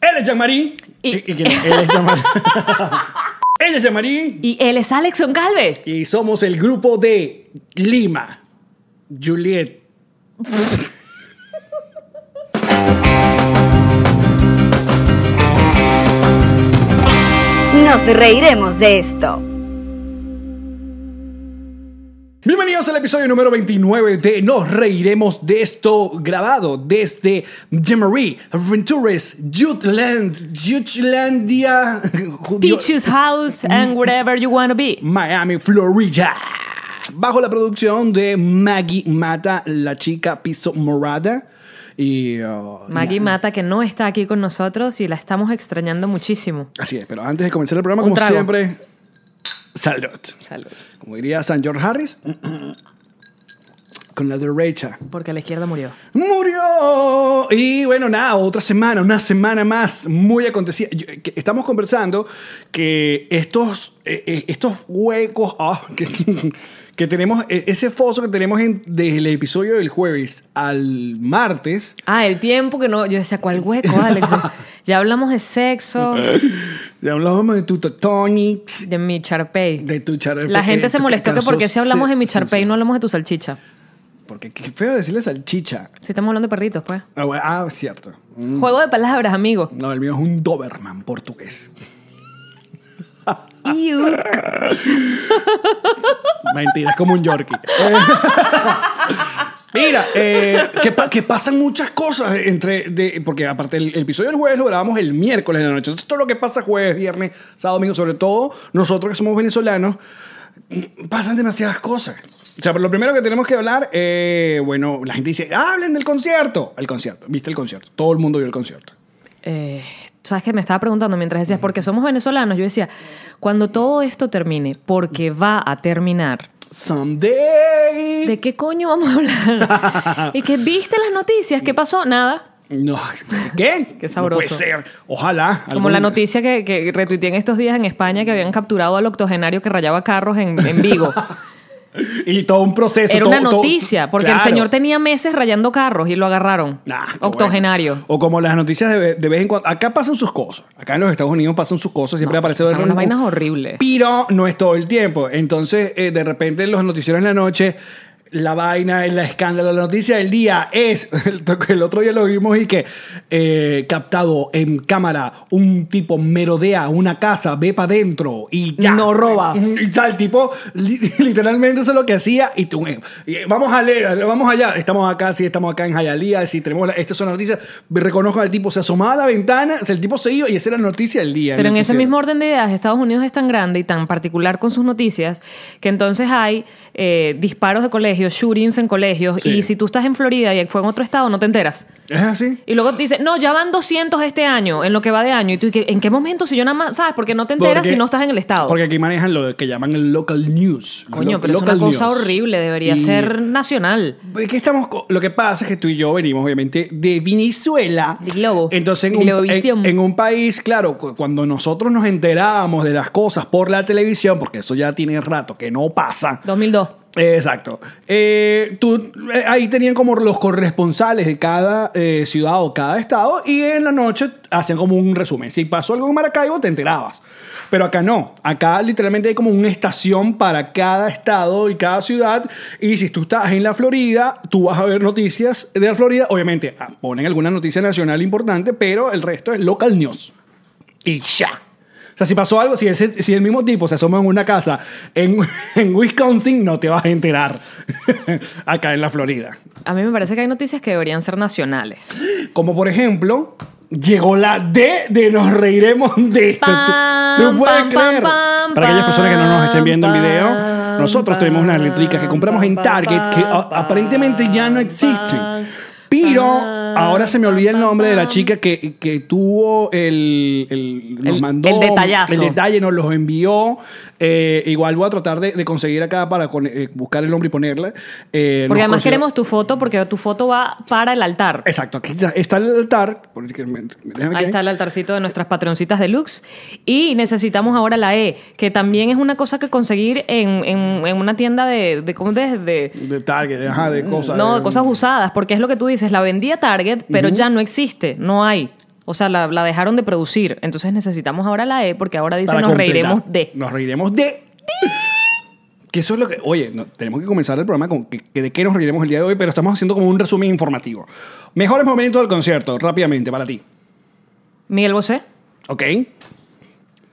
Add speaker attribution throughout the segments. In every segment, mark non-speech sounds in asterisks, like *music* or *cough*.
Speaker 1: Él es Jean-Marie.
Speaker 2: Y-
Speaker 1: Y- y que no, él es Jean-Marie. *laughs* Él es Jean-Marie.
Speaker 2: Y él es Alexon Galvez.
Speaker 1: Y somos el grupo de Lima. Juliet.
Speaker 3: Nos reiremos de esto.
Speaker 1: Bienvenidos al episodio número 29 de Nos Reiremos de esto grabado desde Jemery, Ventures, Jutland, Jutlandia, judío-
Speaker 2: Teach us house and wherever you wanna be.
Speaker 1: Miami, Florida. Bajo la producción de Maggie Mata, la chica piso morada. Y, uh,
Speaker 2: Maggie
Speaker 1: na-
Speaker 2: Mata, que no está aquí con nosotros y la estamos extrañando muchísimo.
Speaker 1: Así es, pero antes de comenzar el programa,
Speaker 2: Un
Speaker 1: como
Speaker 2: trago.
Speaker 1: siempre, salud.
Speaker 2: Salud.
Speaker 1: Como diría San George Harris, con la derecha.
Speaker 2: Porque la izquierda murió.
Speaker 1: Murió. Y bueno, nada, otra semana, una semana más muy acontecida. Yo- eh, que Estamos conversando que estos, eh, eh, estos huecos ah, *laughs* que, que tenemos, e- ese foso que tenemos en- desde el episodio del jueves al martes,
Speaker 2: Ah, el tiempo que no. Yo decía, ¿cuál hueco, Alex? ya hablamos de sexo,
Speaker 1: ya hablábamos de tu tonics,
Speaker 2: de mi charpey.
Speaker 1: de tu charpe-
Speaker 2: La gente
Speaker 1: eh,
Speaker 2: se
Speaker 1: tu
Speaker 2: molestó que
Speaker 1: calzón-
Speaker 2: porque si hablamos de mi
Speaker 1: sí,
Speaker 2: charpey
Speaker 1: sí.
Speaker 2: no hablamos de tu salchicha.
Speaker 1: Porque qué feo decirle salchicha.
Speaker 2: Si estamos hablando de perritos, pues.
Speaker 1: Ah, bueno, ah, cierto.
Speaker 2: Juego de palabras, amigo.
Speaker 1: No, el mío es un Doberman portugués.
Speaker 2: Iu.
Speaker 1: Mentira, es como un Yorkie. *laughs* Eh, Mira, eh, que, pa- que pasan muchas cosas entre. de- porque aparte, el, el episodio del jueves lo grabamos el miércoles en la noche. Entonces, todo lo que pasa jueves, viernes, sábado, domingo, sobre todo nosotros que somos venezolanos, mm, pasan demasiadas cosas. O sea, pero lo primero que tenemos que hablar, eh, bueno, la gente dice, hablen del concierto. El concierto, ¿viste el concierto? Todo el mundo vio el concierto.
Speaker 2: Eh, ¿Sabes que Me estaba preguntando mientras decías, porque somos venezolanos. Yo decía, cuando todo esto termine, porque va a terminar,
Speaker 1: Someday.
Speaker 2: ¿de qué coño vamos a
Speaker 1: *laughs*
Speaker 2: hablar? y que viste las noticias, ¿qué pasó? Nada.
Speaker 1: No, ¿qué?
Speaker 2: *laughs* Qué sabroso.
Speaker 1: No puede ser. Ojalá.
Speaker 2: Como la
Speaker 1: algún-
Speaker 2: noticia que, que retuiteé en estos días en España que habían capturado al octogenario que rayaba carros en,
Speaker 1: *laughs*
Speaker 2: en Vigo.
Speaker 1: Y todo un proceso.
Speaker 2: Era
Speaker 1: todo-
Speaker 2: una
Speaker 1: todo-
Speaker 2: noticia, porque
Speaker 1: Claro.
Speaker 2: el señor tenía meses rayando carros y lo agarraron.
Speaker 1: Ah, qué
Speaker 2: octogenario.
Speaker 1: bueno. O como las noticias de, ve- de vez en cuando. Acá pasan sus cosas. Acá en los Estados Unidos pasan sus cosas. Siempre
Speaker 2: No,
Speaker 1: aparece
Speaker 2: pasan
Speaker 1: un-
Speaker 2: unas vainas
Speaker 1: un-
Speaker 2: horribles.
Speaker 1: Pero no es todo el tiempo. Entonces, eh, de repente, los noticieros en la noche, la vaina, el escándalo, la noticia del día es. *laughs* El, to- el otro día lo vimos y que eh, captado en cámara, un tipo merodea una casa, ve para adentro y ya.
Speaker 2: No roba.
Speaker 1: Y tal, tipo, li- *laughs* literalmente eso es lo que hacía. Y tú, eh, eh, vamos a leer, vamos allá. Estamos acá, sí, estamos acá en Jayalía, sí, tenemos la- estas son las noticias. Reconozco al tipo, se asomaba a la ventana, o sea, el tipo se iba y esa era la noticia del día. el
Speaker 2: Pero en ese
Speaker 1: noticiero.
Speaker 2: mismo orden de ideas, Estados Unidos es tan grande y tan particular con sus noticias que entonces hay eh, disparos de colegios, shootings en colegios
Speaker 1: Sí.
Speaker 2: y si tú estás en Florida y fue en otro estado no te enteras.
Speaker 1: ¿Es así?
Speaker 2: Y luego dice, no, ya van 200 este año, en lo que va de año. Y tú, ¿y qué- ¿en qué momento? Si yo nada más, ¿sabes? Porque no te enteras
Speaker 1: Porque-
Speaker 2: si no estás en el estado.
Speaker 1: Porque aquí manejan lo que llaman el local news.
Speaker 2: Coño,
Speaker 1: Lo-
Speaker 2: pero es una
Speaker 1: local
Speaker 2: cosa
Speaker 1: news.
Speaker 2: horrible, debería
Speaker 1: Y-
Speaker 2: ser nacional.
Speaker 1: ¿De qué estamos co- lo que pasa es que tú y yo venimos, obviamente, de Venezuela.
Speaker 2: De globo.
Speaker 1: Entonces, en
Speaker 2: De
Speaker 1: un,
Speaker 2: globovisión.
Speaker 1: en- en un país, claro, cu- cuando nosotros nos enterábamos de las cosas por la televisión, porque eso ya tiene rato que no pasa.
Speaker 2: 2002.
Speaker 1: Eh, Exacto. Eh, tú, eh, ahí tenían como los corresponsales de cada eh, ciudad o cada estado y en la noche hacían como un resumen. Si pasó algo en Maracaibo, te enterabas. Pero acá no. Acá literalmente hay como una estación para cada estado y cada ciudad. Y si tú estás en la Florida, tú vas a ver noticias de la Florida. Obviamente ah, ponen alguna noticia nacional importante, pero el resto es local news. Y ya. O sea, si pasó algo, si, ese- si el mismo tipo se asoma en una casa en, *laughs* en Wisconsin, no te vas a enterar *laughs* acá en la Florida.
Speaker 2: A mí me parece que hay noticias que deberían ser nacionales.
Speaker 1: Como por ejemplo, llegó la D de Nos Reiremos de esto. Tú- ¿Tú,
Speaker 2: Pam,
Speaker 1: puedes
Speaker 2: pam,
Speaker 1: creer.
Speaker 2: pam,
Speaker 1: Para aquellas personas que no nos estén viendo en
Speaker 2: pam,
Speaker 1: video, nosotros tenemos unas
Speaker 2: pam,
Speaker 1: eléctricas que compramos en
Speaker 2: pam,
Speaker 1: Target que a-
Speaker 2: pam,
Speaker 1: aparentemente ya no
Speaker 2: pam,
Speaker 1: existen.
Speaker 2: pam,
Speaker 1: Pero
Speaker 2: pam,
Speaker 1: ahora se me olvida el
Speaker 2: pam,
Speaker 1: nombre de la
Speaker 2: pam.
Speaker 1: chica que, que tuvo el, el- nos
Speaker 2: El-
Speaker 1: mandó
Speaker 2: el detallazo.
Speaker 1: el detalle, nos los envió. Eh, igual voy a tratar de, de conseguir acá para con- eh, buscar el nombre y ponerle. Eh, nos Eh,
Speaker 2: Porque además
Speaker 1: consiguió-
Speaker 2: queremos tu foto, porque tu foto va para el altar.
Speaker 1: Exacto, aquí está- está el altar. porque me- déjame
Speaker 2: Ahí
Speaker 1: que-
Speaker 2: está el altarcito de nuestras patroncitas deluxe. Y necesitamos ahora la E, que también es una cosa que conseguir en, en- en una tienda de. de, ¿cómo de, de-
Speaker 1: De Target, ajá,
Speaker 2: Mm,
Speaker 1: de cosas.
Speaker 2: no, de cosas usadas, porque es lo que tú dices, la vendía Target, pero ya no existe, no hay. O sea, la, la dejaron de producir. Entonces necesitamos ahora la E porque ahora dice
Speaker 1: Para
Speaker 2: nos
Speaker 1: completar.
Speaker 2: reiremos de.
Speaker 1: Nos reiremos de. Que eso es lo que. Oye, no, tenemos que comenzar el programa con que, que de qué nos reiremos el día de hoy, pero estamos haciendo como un resumen informativo. Mejores momentos del concierto, rápidamente, para ti.
Speaker 2: Miguel Bosé,
Speaker 1: ¿Ok?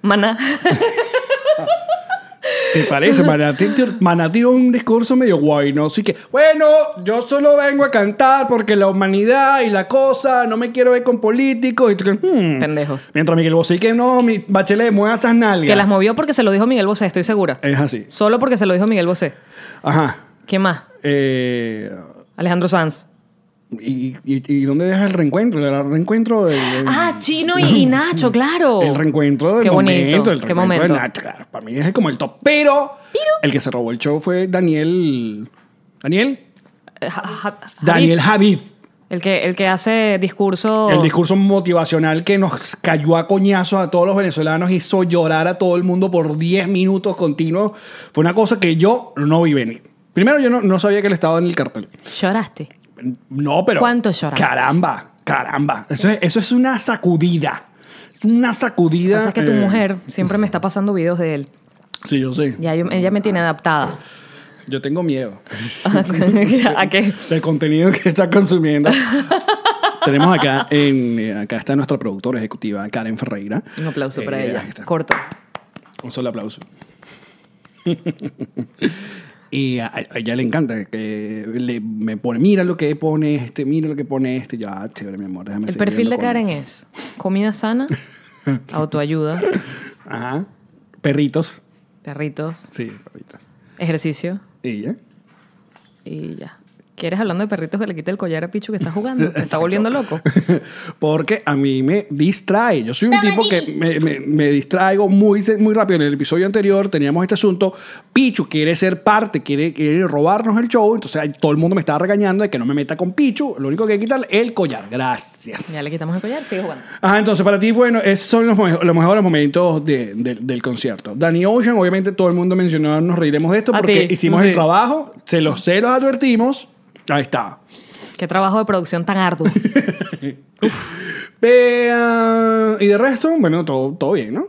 Speaker 2: Maná. *laughs*
Speaker 1: ¿Te parece? Manatí, Maná tiró un discurso medio guay, ¿no? Así que, bueno, yo solo vengo a cantar porque la humanidad y la cosa, no me quiero ver con políticos. Y tú que, hmm.
Speaker 2: Pendejos.
Speaker 1: Mientras Miguel Bosé que no, mi bachelet, mueva esas nalgas.
Speaker 2: Que las movió porque se lo dijo Miguel Bosé, estoy segura.
Speaker 1: Es así.
Speaker 2: Solo porque se lo dijo Miguel Bosé.
Speaker 1: Ajá.
Speaker 2: ¿Qué más?
Speaker 1: Eh,
Speaker 2: Alejandro Sanz.
Speaker 1: ¿y, y, y dónde deja el reencuentro? El reencuentro del... del-
Speaker 2: Ah, Chino y, y Nacho, claro.
Speaker 1: Mm. El reencuentro del
Speaker 2: Qué
Speaker 1: momento.
Speaker 2: bonito.
Speaker 1: el
Speaker 2: Qué
Speaker 1: reencuentro
Speaker 2: momento.
Speaker 1: de Nacho, claro, para mí es como el top. Pero, el que se robó el show fue Daniel... ¿Daniel?
Speaker 2: Eh, Ja- Ja- Javif.
Speaker 1: Daniel Javid.
Speaker 2: El que, el que hace discurso.
Speaker 1: El discurso motivacional que nos cayó a coñazos a todos los venezolanos, hizo llorar a todo el mundo por 10 minutos continuos. Fue una cosa que yo no vi venir. Primero, yo no, no sabía que él estaba en el cartel.
Speaker 2: Lloraste.
Speaker 1: No, pero.
Speaker 2: ¿Cuánto lloraste?
Speaker 1: Caramba, caramba. Eso es, eso es una sacudida. Es Una sacudida.
Speaker 2: Pasa que tu
Speaker 1: eh,
Speaker 2: mujer siempre me está pasando videos de él.
Speaker 1: Sí, yo sé.
Speaker 2: Ya yo- ella me tiene adaptada.
Speaker 1: Yo tengo miedo Ah,
Speaker 2: *laughs* ¿A qué?
Speaker 1: del contenido que está
Speaker 2: *laughs*
Speaker 1: consumiendo. Tenemos acá, en, eh, acá está nuestra productora ejecutiva, Karen Ferreira.
Speaker 2: Un aplauso para
Speaker 1: Eh,
Speaker 2: ella.
Speaker 1: ahí está.
Speaker 2: Corto.
Speaker 1: Un solo aplauso. *laughs* y a, a ella le encanta que le, me pone, mira lo que pone este, mira lo que pone este. Yo, ah, chévere, mi amor, déjame
Speaker 2: El
Speaker 1: seguir
Speaker 2: perfil
Speaker 1: viendo
Speaker 2: de
Speaker 1: con-
Speaker 2: Karen es comida
Speaker 1: *laughs*
Speaker 2: sana, autoayuda,
Speaker 1: Ajá. Perritos.
Speaker 2: perritos,
Speaker 1: Sí, perritos.
Speaker 2: ejercicio
Speaker 1: Y ya. *laughs*
Speaker 2: y ya. ¿Quieres hablando de perritos que le quite el collar a Pichu que
Speaker 1: *laughs*
Speaker 2: está jugando? Te está volviendo loco.
Speaker 1: Porque a mí me distrae. Yo soy un tipo que me, me- me distraigo muy, muy rápido. En el episodio anterior teníamos este asunto. Pichu quiere ser parte, quiere, quiere robarnos el show. Entonces ahí todo el mundo me estaba regañando de que no me meta con Pichu. Lo único que hay que quitarle es el collar. Gracias.
Speaker 2: Ya le quitamos el collar, sigue jugando.
Speaker 1: Ajá, entonces para ti, bueno, esos son los, mejo- los mejores momentos de- de- del concierto. Danny Ocean, obviamente todo el mundo mencionó, nos reiremos de esto
Speaker 2: A
Speaker 1: porque
Speaker 2: ti,
Speaker 1: hicimos
Speaker 2: sí.
Speaker 1: el trabajo, se los, se los advertimos, ahí está.
Speaker 2: Qué trabajo de producción tan arduo.
Speaker 1: Eh, ah, y de resto, bueno, todo, todo bien, ¿no?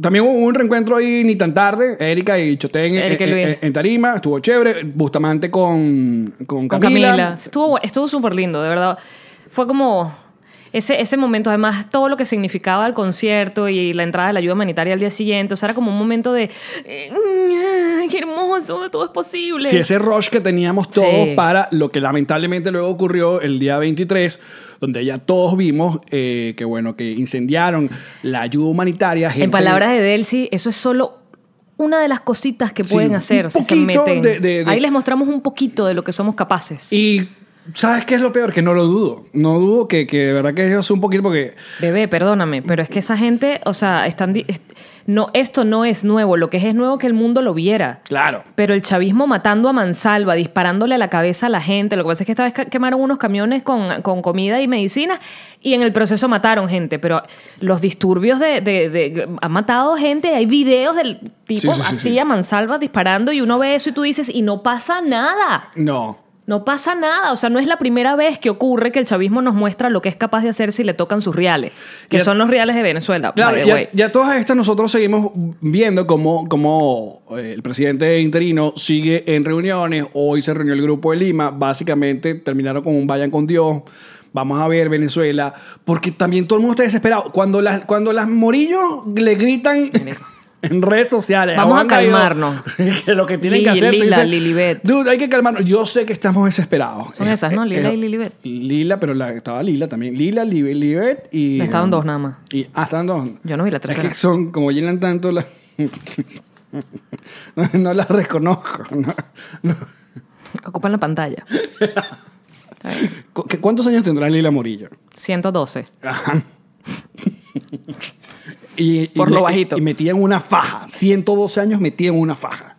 Speaker 1: También hubo un reencuentro ahí ni tan tarde, Erika y Chotén en,
Speaker 2: Erika y
Speaker 1: en-
Speaker 2: Luis.
Speaker 1: en- en Tarima, estuvo chévere, Bustamante con, con
Speaker 2: Con
Speaker 1: Camila.
Speaker 2: Camila. Estuvo estuvo súper lindo, de verdad. Fue como ese, ese momento, además, todo lo que significaba el concierto y la entrada de la ayuda humanitaria al día siguiente. O sea, era como un momento de. eh, ¡ay, ¡Qué hermoso! Todo es posible.
Speaker 1: Sí, ese rush que teníamos todos
Speaker 2: Sí.
Speaker 1: para lo que lamentablemente luego ocurrió el día 23, donde ya todos vimos eh, que, bueno, que incendiaron la ayuda humanitaria. Gente,
Speaker 2: En palabras de Delcy, eso es solo una de las cositas que
Speaker 1: Sí,
Speaker 2: pueden
Speaker 1: un
Speaker 2: hacer si se
Speaker 1: poquito
Speaker 2: meten.
Speaker 1: de- de- de-
Speaker 2: Ahí les mostramos un poquito de lo que somos capaces.
Speaker 1: Y, ¿sabes qué es lo peor? Que no lo dudo. No dudo que, que de verdad que ellos un poquito porque...
Speaker 2: Bebé, perdóname, pero es que esa gente, o sea, están di- est- no, esto no es nuevo. Lo que es es nuevo que el mundo lo viera.
Speaker 1: Claro.
Speaker 2: Pero el chavismo matando a mansalva, disparándole a la cabeza a la gente. Lo que pasa es que esta vez ca- quemaron unos camiones con, con comida y medicina y en el proceso mataron gente. Pero los disturbios de. de- de- han matado gente. Hay videos del tipo
Speaker 1: Sí, sí, sí,
Speaker 2: así
Speaker 1: sí.
Speaker 2: a mansalva disparando y uno ve eso y tú dices, y no pasa nada.
Speaker 1: No.
Speaker 2: No pasa nada. O sea, no es la primera vez que ocurre que el chavismo nos muestra lo que es capaz de hacer si le tocan sus reales, que
Speaker 1: Ya-
Speaker 2: son los reales de Venezuela.
Speaker 1: Claro,
Speaker 2: by the way.
Speaker 1: ya, ya todas estas nosotros seguimos viendo cómo, cómo eh, el presidente interino sigue en reuniones. Hoy se reunió el grupo de Lima. Básicamente terminaron con un vayan con Dios. Vamos a ver Venezuela. Porque también todo el mundo está desesperado. Cuando las, cuando las morillos le gritan *laughs* en redes sociales.
Speaker 2: Vamos a
Speaker 1: Juan Guaidó,
Speaker 2: calmarnos.
Speaker 1: *laughs* que lo que tienen que
Speaker 2: Li-
Speaker 1: hacer. tú
Speaker 2: Lila,
Speaker 1: dices,
Speaker 2: Lilibet.
Speaker 1: Dude, hay que calmarnos. Yo sé que estamos desesperados.
Speaker 2: Son
Speaker 1: Eh,
Speaker 2: esas, ¿no?
Speaker 1: eh,
Speaker 2: Lila
Speaker 1: eh,
Speaker 2: y Lilibet.
Speaker 1: Lila, pero la, estaba Lila también. Lila, Libe- Libet y...
Speaker 2: Estaban dos nada más.
Speaker 1: Y, ah, estaban dos.
Speaker 2: Yo no vi la tercera.
Speaker 1: Es que son, como llenan tanto, la- *laughs* no, no las reconozco. ¿no? No.
Speaker 2: Ocupan la pantalla. Está bien.
Speaker 1: ¿Cu- qué- ¿Cuántos años tendrá Lila Morillo?
Speaker 2: 112.
Speaker 1: Ajá. *laughs* Y, y
Speaker 2: Por lo
Speaker 1: me-
Speaker 2: bajito.
Speaker 1: Y metía en una faja. 112 años metía en una faja.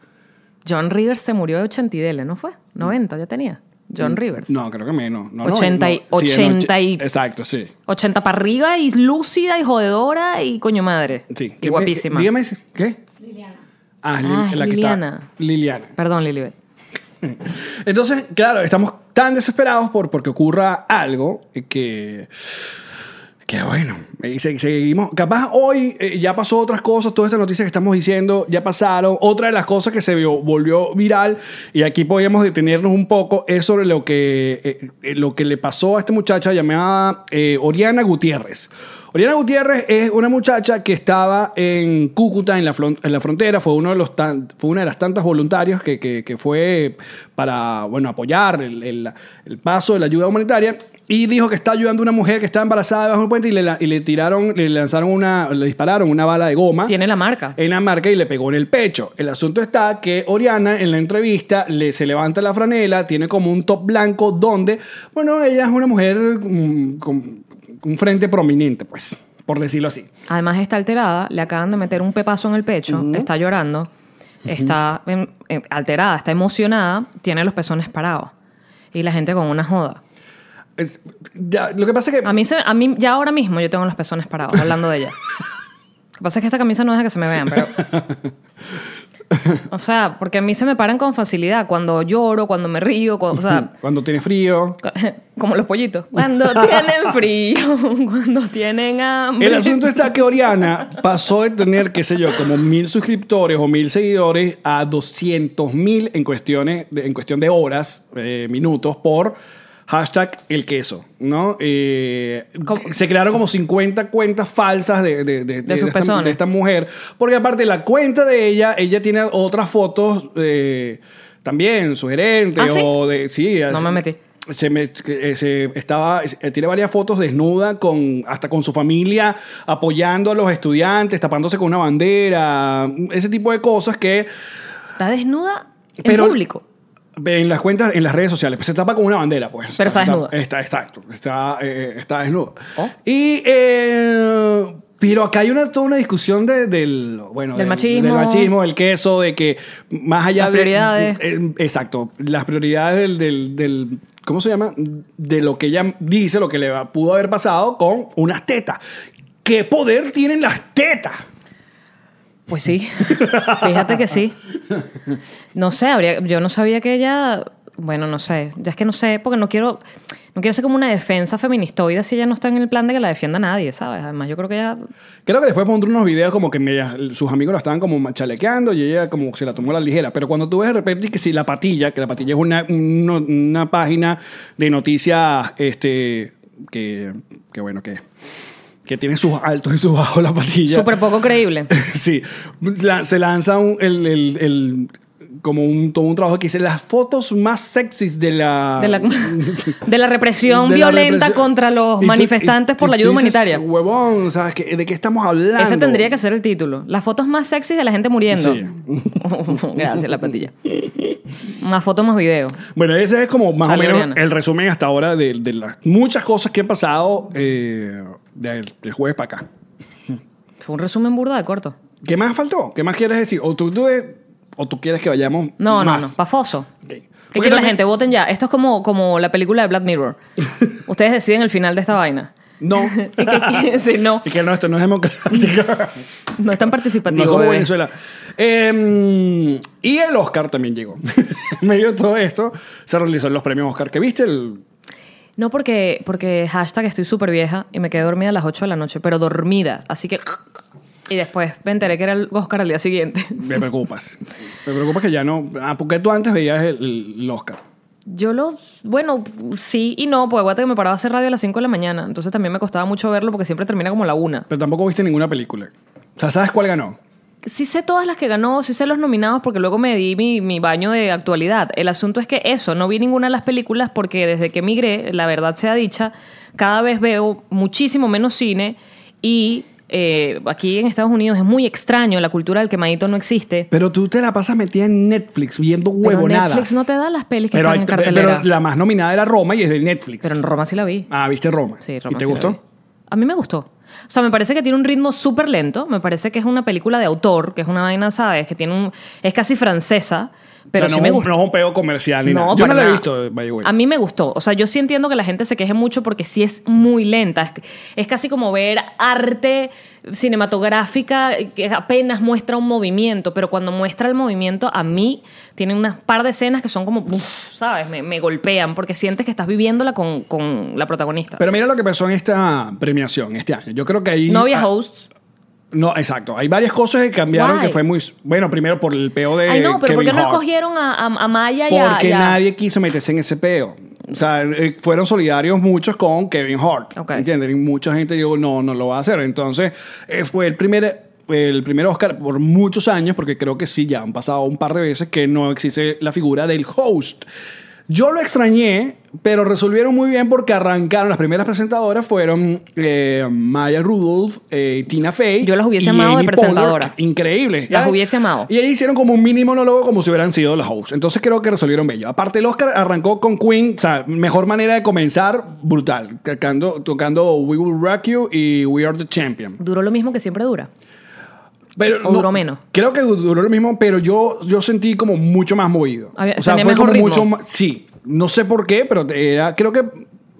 Speaker 2: John Rivers se murió de 80 y dele, ¿no fue? 90 ya tenía. John Rivers.
Speaker 1: Mm, No, creo que menos. No, no,
Speaker 2: Ochenta y-
Speaker 1: no, sí, en
Speaker 2: ochenta y-
Speaker 1: och- Exacto, sí.
Speaker 2: 80 para arriba y lúcida y jodedora y coño madre.
Speaker 1: sí.
Speaker 2: Y
Speaker 1: ¿Qué-
Speaker 2: guapísima.
Speaker 1: Dígame, ¿qué? Liliana. Ah, Lil-
Speaker 2: Ah, es
Speaker 1: la que
Speaker 2: Liliana.
Speaker 1: está. Liliana.
Speaker 2: Perdón, Lilibet.
Speaker 1: Entonces, claro, estamos tan desesperados por porque ocurra algo que, Qué bueno. Y se- seguimos. Capaz hoy eh, ya pasó otras cosas, todas estas noticias que estamos diciendo ya pasaron. Otra de las cosas que se vio- volvió viral, y aquí podríamos detenernos un poco, es sobre lo que, eh, eh, lo que le pasó a esta muchacha llamada eh, Oriana Gutiérrez. Oriana Gutiérrez es una muchacha que estaba en Cúcuta, en la, flon- en la frontera, fue, uno de los tan- fue una de las tantas voluntarios que, que- que fue para bueno, apoyar el, el- el paso de la ayuda humanitaria y dijo que está ayudando a una mujer que está embarazada debajo del puente y le, la- y le tiraron, le lanzaron una, le dispararon una bala de goma
Speaker 2: Tiene la marca.
Speaker 1: en la marca y le pegó en el pecho. El asunto está que Oriana en la entrevista le, se levanta la franela, tiene como un top blanco donde, bueno, ella es una mujer mm, con un frente prominente, pues, por decirlo así.
Speaker 2: Además está alterada, le acaban de meter un pepazo en el pecho, está llorando, está em, em, alterada, está emocionada, tiene los pezones parados. Y la gente con una joda.
Speaker 1: Es- ya, lo que pasa es que...
Speaker 2: A mí, se- a mí ya ahora mismo yo tengo los pezones parados, hablando de ella. Lo que pasa es que esta camisa no deja que se me vean,
Speaker 1: *laughs*
Speaker 2: pero... O sea, porque a mí se me paran con facilidad, cuando lloro, cuando me río, cuando, o sea, *laughs*
Speaker 1: Cuando tiene frío.
Speaker 2: como los pollitos. Cuando tienen frío, *laughs* cuando tienen hambre.
Speaker 1: El asunto está que Oriana pasó de tener, qué sé yo, como mil suscriptores o mil seguidores a 200 mil en, cuestiones de- en cuestión de horas, eh, minutos, por hashtag el queso, ¿no? Eh,
Speaker 2: ¿Cómo?
Speaker 1: se crearon como 50 cuentas falsas de, de, de- de
Speaker 2: sus
Speaker 1: esta,
Speaker 2: pezones.
Speaker 1: de esta mujer, porque aparte la cuenta de ella, ella tiene otras fotos eh, también, sugerentes,
Speaker 2: ¿Ah, sí?
Speaker 1: o de... Sí,
Speaker 2: No me metí.
Speaker 1: se me que, eh, se estaba eh, tiene varias fotos desnuda con hasta con su familia apoyando a los estudiantes tapándose con una bandera ese tipo de cosas que
Speaker 2: Está desnuda en
Speaker 1: Pero-
Speaker 2: público.
Speaker 1: en las cuentas en las redes sociales pues se tapa con una bandera pues
Speaker 2: Pero está
Speaker 1: Se
Speaker 2: desnuda.
Speaker 1: tapa- está exacto está eh, está desnuda
Speaker 2: Oh.
Speaker 1: y eh, pero acá hay una toda una discusión de- del bueno
Speaker 2: Del machismo.
Speaker 1: del machismo del queso de que más allá
Speaker 2: Las
Speaker 1: de
Speaker 2: prioridades.
Speaker 1: eh, exacto, las prioridades del, del- del- ¿cómo se llama? De lo que ella dice, lo que le va- pudo haber pasado con unas tetas. ¿Qué poder tienen las tetas?
Speaker 2: Pues sí, fíjate que sí. No sé, habría, yo no sabía que ella, bueno, no sé, ya es que no sé, porque no quiero, no quiero hacer como una defensa feministoide si ella no está en el plan de que la defienda nadie, ¿sabes? Además, yo creo que ella,
Speaker 1: Creo que después pondré unos videos como que me- sus amigos la estaban como chalequeando y ella como se la tomó a la ligera. Pero cuando tú ves de repente que si la patilla, que la patilla es una, una, una página de noticias, este, que, que bueno, que, que tiene sus altos y sus bajos la patilla.
Speaker 2: súper poco creíble.
Speaker 1: *laughs* Sí, la- se lanza un- el, el- el- como un, todo un trabajo que dice las fotos más sexys de la...
Speaker 2: De la, de la
Speaker 1: *laughs*
Speaker 2: represión
Speaker 1: de la
Speaker 2: violenta
Speaker 1: represión.
Speaker 2: contra los
Speaker 1: Y tú-
Speaker 2: manifestantes
Speaker 1: y-
Speaker 2: por
Speaker 1: y
Speaker 2: la
Speaker 1: tú
Speaker 2: ayuda
Speaker 1: dices,
Speaker 2: humanitaria.
Speaker 1: Huevón, ¿sabes qué? ¿de qué estamos hablando?
Speaker 2: Ese tendría que ser el título. Las fotos más sexys de la gente muriendo.
Speaker 1: Sí.
Speaker 2: *laughs* Gracias, la patilla. Más fotos, más video.
Speaker 1: Bueno, ese es como más
Speaker 2: Sale
Speaker 1: o menos
Speaker 2: Oriana.
Speaker 1: el resumen hasta ahora de, de las muchas cosas que han pasado eh, del, del jueves para acá.
Speaker 2: Fue un resumen burda de corto.
Speaker 1: ¿Qué más faltó? ¿Qué más quieres decir? ¿O tú, tú- o tú quieres que vayamos
Speaker 2: No,
Speaker 1: más?
Speaker 2: no, no. Pafoso.
Speaker 1: Ok.
Speaker 2: ¿Qué
Speaker 1: Porque
Speaker 2: quiere la
Speaker 1: también-
Speaker 2: gente? Voten ya. Esto es como, como la película de Black
Speaker 1: *laughs*
Speaker 2: Mirror. Ustedes deciden el final de esta vaina.
Speaker 1: No.
Speaker 2: *laughs*
Speaker 1: *laughs*
Speaker 2: Y que, si no,
Speaker 1: Y que no, esto no es
Speaker 2: *laughs*
Speaker 1: democrático.
Speaker 2: no es tan
Speaker 1: No
Speaker 2: participativo.
Speaker 1: es como
Speaker 2: bebé.
Speaker 1: Venezuela. Eh, y el Oscar también llegó. *laughs* en medio de todo esto, se realizó los premios Oscar que viste. El,
Speaker 2: pues. No, porque, porque hashtag estoy súper vieja y me quedé dormida a las 8 de la noche, pero dormida. Así que. Y después me enteré que era el Oscar al día siguiente. *laughs*
Speaker 1: me preocupas. me preocupas que ya no. Ah, porque tú antes veías el, el Oscar.
Speaker 2: Yo lo, bueno, sí y no, porque aguanta que me paraba a hacer radio a las 5 de la mañana, entonces también me costaba mucho verlo porque siempre termina como la una.
Speaker 1: Pero tampoco viste ninguna película. O sea, ¿sabes cuál ganó?
Speaker 2: Sí sé todas las que ganó, sí sé los nominados porque luego me di mi, mi baño de actualidad. El asunto es que eso, no vi ninguna de las películas porque desde que emigré, la verdad sea dicha, cada vez veo muchísimo menos cine y eh, aquí en Estados Unidos es muy extraño, la cultura del quemadito no existe.
Speaker 1: Pero tú te la pasas metida en Netflix viendo
Speaker 2: Pero
Speaker 1: huevonadas.
Speaker 2: Netflix no te da las pelis que
Speaker 1: pero,
Speaker 2: están
Speaker 1: hay-
Speaker 2: en cartelera.
Speaker 1: pero la más nominada era Roma y es de Netflix.
Speaker 2: Pero en Roma sí la vi.
Speaker 1: ah, viste Roma.
Speaker 2: Sí, Roma
Speaker 1: ¿Y te
Speaker 2: sí la vi.
Speaker 1: gustó?
Speaker 2: A mí me gustó. O sea, me parece que tiene un ritmo súper lento. Me parece que es una película de autor, que es una vaina, ¿sabes? Que tiene un. Es casi francesa. Pero
Speaker 1: o sea,
Speaker 2: sí
Speaker 1: no,
Speaker 2: me
Speaker 1: es un-
Speaker 2: gusta.
Speaker 1: no es un peo comercial ni nada. Yo
Speaker 2: para
Speaker 1: no lo he
Speaker 2: nada.
Speaker 1: visto, by the way.
Speaker 2: A mí me gustó. O sea, yo sí entiendo que la gente se queje mucho porque sí es muy lenta. Es, es casi como ver arte cinematográfica que apenas muestra un movimiento, pero cuando muestra el movimiento, a mí tienen unas par de escenas que son como, uf, ¿sabes? Me, me golpean porque sientes que estás viviéndola con, con la protagonista.
Speaker 1: Pero mira lo que pasó en esta premiación este año. Yo creo que ahí.
Speaker 2: no había
Speaker 1: ah,
Speaker 2: hosts.
Speaker 1: No, exacto. Hay varias cosas que cambiaron
Speaker 2: Why?
Speaker 1: que fue muy. Bueno, primero por el peo de.
Speaker 2: Ay, no, pero ¿por
Speaker 1: eh, Kevin
Speaker 2: qué no
Speaker 1: Hart.
Speaker 2: escogieron a, a, a Maya y a-
Speaker 1: Porque
Speaker 2: y a...
Speaker 1: nadie quiso meterse en ese peo. O sea, eh, fueron solidarios muchos con Kevin Hart.
Speaker 2: Ok.
Speaker 1: ¿Entiendes? Y mucha gente dijo, no, no lo va a hacer. Entonces, eh, fue el primer, el primer Oscar por muchos años, porque creo que sí, ya han pasado un par de veces que no existe la figura del host. Yo lo extrañé, pero resolvieron muy bien porque arrancaron. Las primeras presentadoras fueron eh, Maya Rudolph, eh, Tina Fey.
Speaker 2: Yo las hubiese
Speaker 1: y
Speaker 2: amado de
Speaker 1: Amy
Speaker 2: presentadora.
Speaker 1: Increíble.
Speaker 2: Las
Speaker 1: Ay,
Speaker 2: hubiese amado.
Speaker 1: Y ahí hicieron como un mini monólogo como si hubieran sido las hosts. Entonces creo que resolvieron bello. Aparte, el Oscar arrancó con Queen, o sea, mejor manera de comenzar, brutal. Tocando, tocando We Will Rock You y We Are the Champion.
Speaker 2: Duró lo mismo que siempre dura.
Speaker 1: Pero
Speaker 2: ¿O duró menos?
Speaker 1: Creo que du- duró lo mismo, pero yo, yo sentí como mucho más movido.
Speaker 2: Había-
Speaker 1: o sea,
Speaker 2: tenía
Speaker 1: fue
Speaker 2: mejor
Speaker 1: como
Speaker 2: ritmo.
Speaker 1: mucho más. Sí, no sé por qué, pero era, creo que.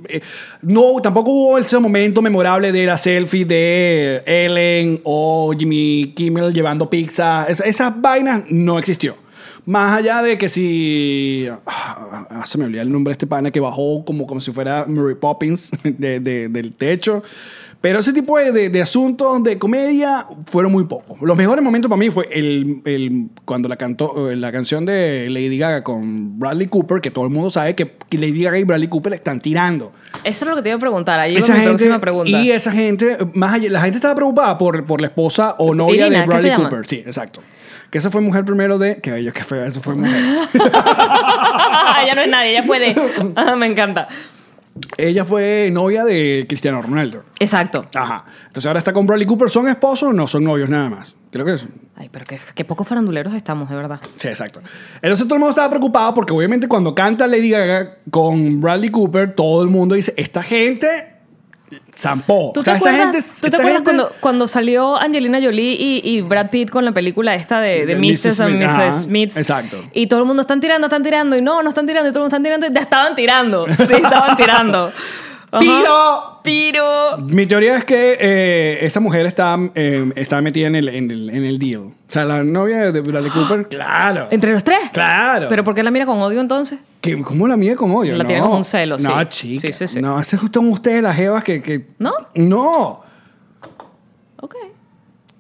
Speaker 1: eh, no, tampoco hubo ese momento memorable de la selfie de Ellen o Jimmy Kimmel llevando pizza. Es- esas vainas no existió. Más allá de que si. ah, ah, se me olvidó el nombre de este pana que bajó como, como si fuera Mary Poppins *laughs* de- de- del techo. Pero ese tipo de, de- de asuntos de comedia fueron muy pocos. Los mejores momentos para mí fue el, el- cuando la cantó eh, la canción de Lady Gaga con Bradley Cooper, que todo el mundo sabe que Lady Gaga y Bradley Cooper le están tirando.
Speaker 2: Eso es lo que te iba a preguntar. Ahí va mi próxima pregunta.
Speaker 1: Y esa gente, más allá, la gente estaba preocupada por, por la esposa o novia
Speaker 2: Irina,
Speaker 1: de
Speaker 2: ¿qué se
Speaker 1: Bradley
Speaker 2: llama?
Speaker 1: Cooper. Sí, exacto. Que esa fue mujer primero de. Que bello, que fue, eso fue mujer.
Speaker 2: *laughs* *laughs* ya no es nadie, ya puede. Ah, me encanta.
Speaker 1: Ella fue novia de Cristiano Ronaldo.
Speaker 2: Exacto.
Speaker 1: Ajá. Entonces ahora está con Bradley Cooper. ¿Son esposos o no son novios nada más? Creo que es.
Speaker 2: Ay, pero qué, qué pocos faranduleros estamos, de verdad.
Speaker 1: Sí, exacto. Entonces todo el mundo estaba preocupado porque obviamente cuando canta Lady Gaga con Bradley Cooper, todo el mundo dice, esta gente zampó.
Speaker 2: ¿Tú
Speaker 1: O
Speaker 2: te
Speaker 1: sea, esta
Speaker 2: acuerdas,
Speaker 1: gente-
Speaker 2: ¿tú te
Speaker 1: esta
Speaker 2: acuerdas
Speaker 1: gente-
Speaker 2: cuando, cuando salió Angelina Jolie y, y Brad Pitt con la película esta de,
Speaker 1: De
Speaker 2: de Mrs. and
Speaker 1: Mrs.
Speaker 2: Mrs.
Speaker 1: Ajá,
Speaker 2: Smith?
Speaker 1: exacto.
Speaker 2: Y todo el mundo están tirando, están tirando, y no, no están tirando, y todo el mundo están tirando, y ya estaban tirando. Sí, estaban tirando. Ajá.
Speaker 1: *laughs* ¡Piro!
Speaker 2: ¡Piro!
Speaker 1: Mi teoría es que eh, esa mujer está, eh, está metida en el, en, el, en el deal. O sea, la novia de Bradley
Speaker 2: *gasps*
Speaker 1: Cooper, claro.
Speaker 2: ¿Entre los tres?
Speaker 1: Claro.
Speaker 2: ¿Pero por qué la mira con odio entonces?
Speaker 1: Que- ¿Cómo la mide como yo?
Speaker 2: La
Speaker 1: no.
Speaker 2: tiene como un celo, sí.
Speaker 1: No, chica.
Speaker 2: Sí, sí, sí.
Speaker 1: No, esas son ustedes las jevas que... que...
Speaker 2: ¿No?
Speaker 1: No.
Speaker 2: Ok.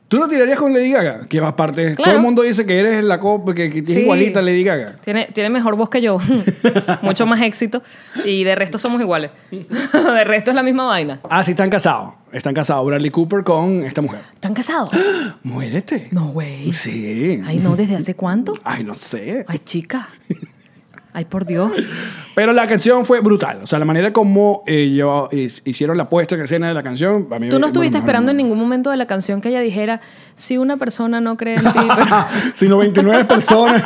Speaker 1: ¿Tú lo tirarías con Lady Gaga? Que aparte,
Speaker 2: Claro.
Speaker 1: todo el mundo dice que eres la copa, que, que es
Speaker 2: Sí.
Speaker 1: igualita a Lady Gaga.
Speaker 2: Tiene, tiene mejor voz que yo, *laughs* mucho más éxito y de resto somos iguales. *laughs* de resto es la misma vaina.
Speaker 1: Ah, sí, están casados. Están casados Bradley Cooper con esta
Speaker 2: *gasps*
Speaker 1: mujer.
Speaker 2: ¿Están casados?
Speaker 1: Muérete.
Speaker 2: No, güey.
Speaker 1: Sí.
Speaker 2: este? Ay, no, ¿desde hace cuánto?
Speaker 1: Ay, no sé.
Speaker 2: Ay, chica. Ay, por Dios.
Speaker 1: Pero la canción fue brutal. O sea, la manera como eh, llevaba- his- hicieron la puesta en escena de la canción. a mí
Speaker 2: Tú
Speaker 1: me-
Speaker 2: no
Speaker 1: bueno, *laughs*
Speaker 2: estuviste esperando en
Speaker 1: no.
Speaker 2: ningún momento de la canción que ella dijera, si una persona no cree en ti,
Speaker 1: Sino 29
Speaker 2: *laughs*
Speaker 1: personas.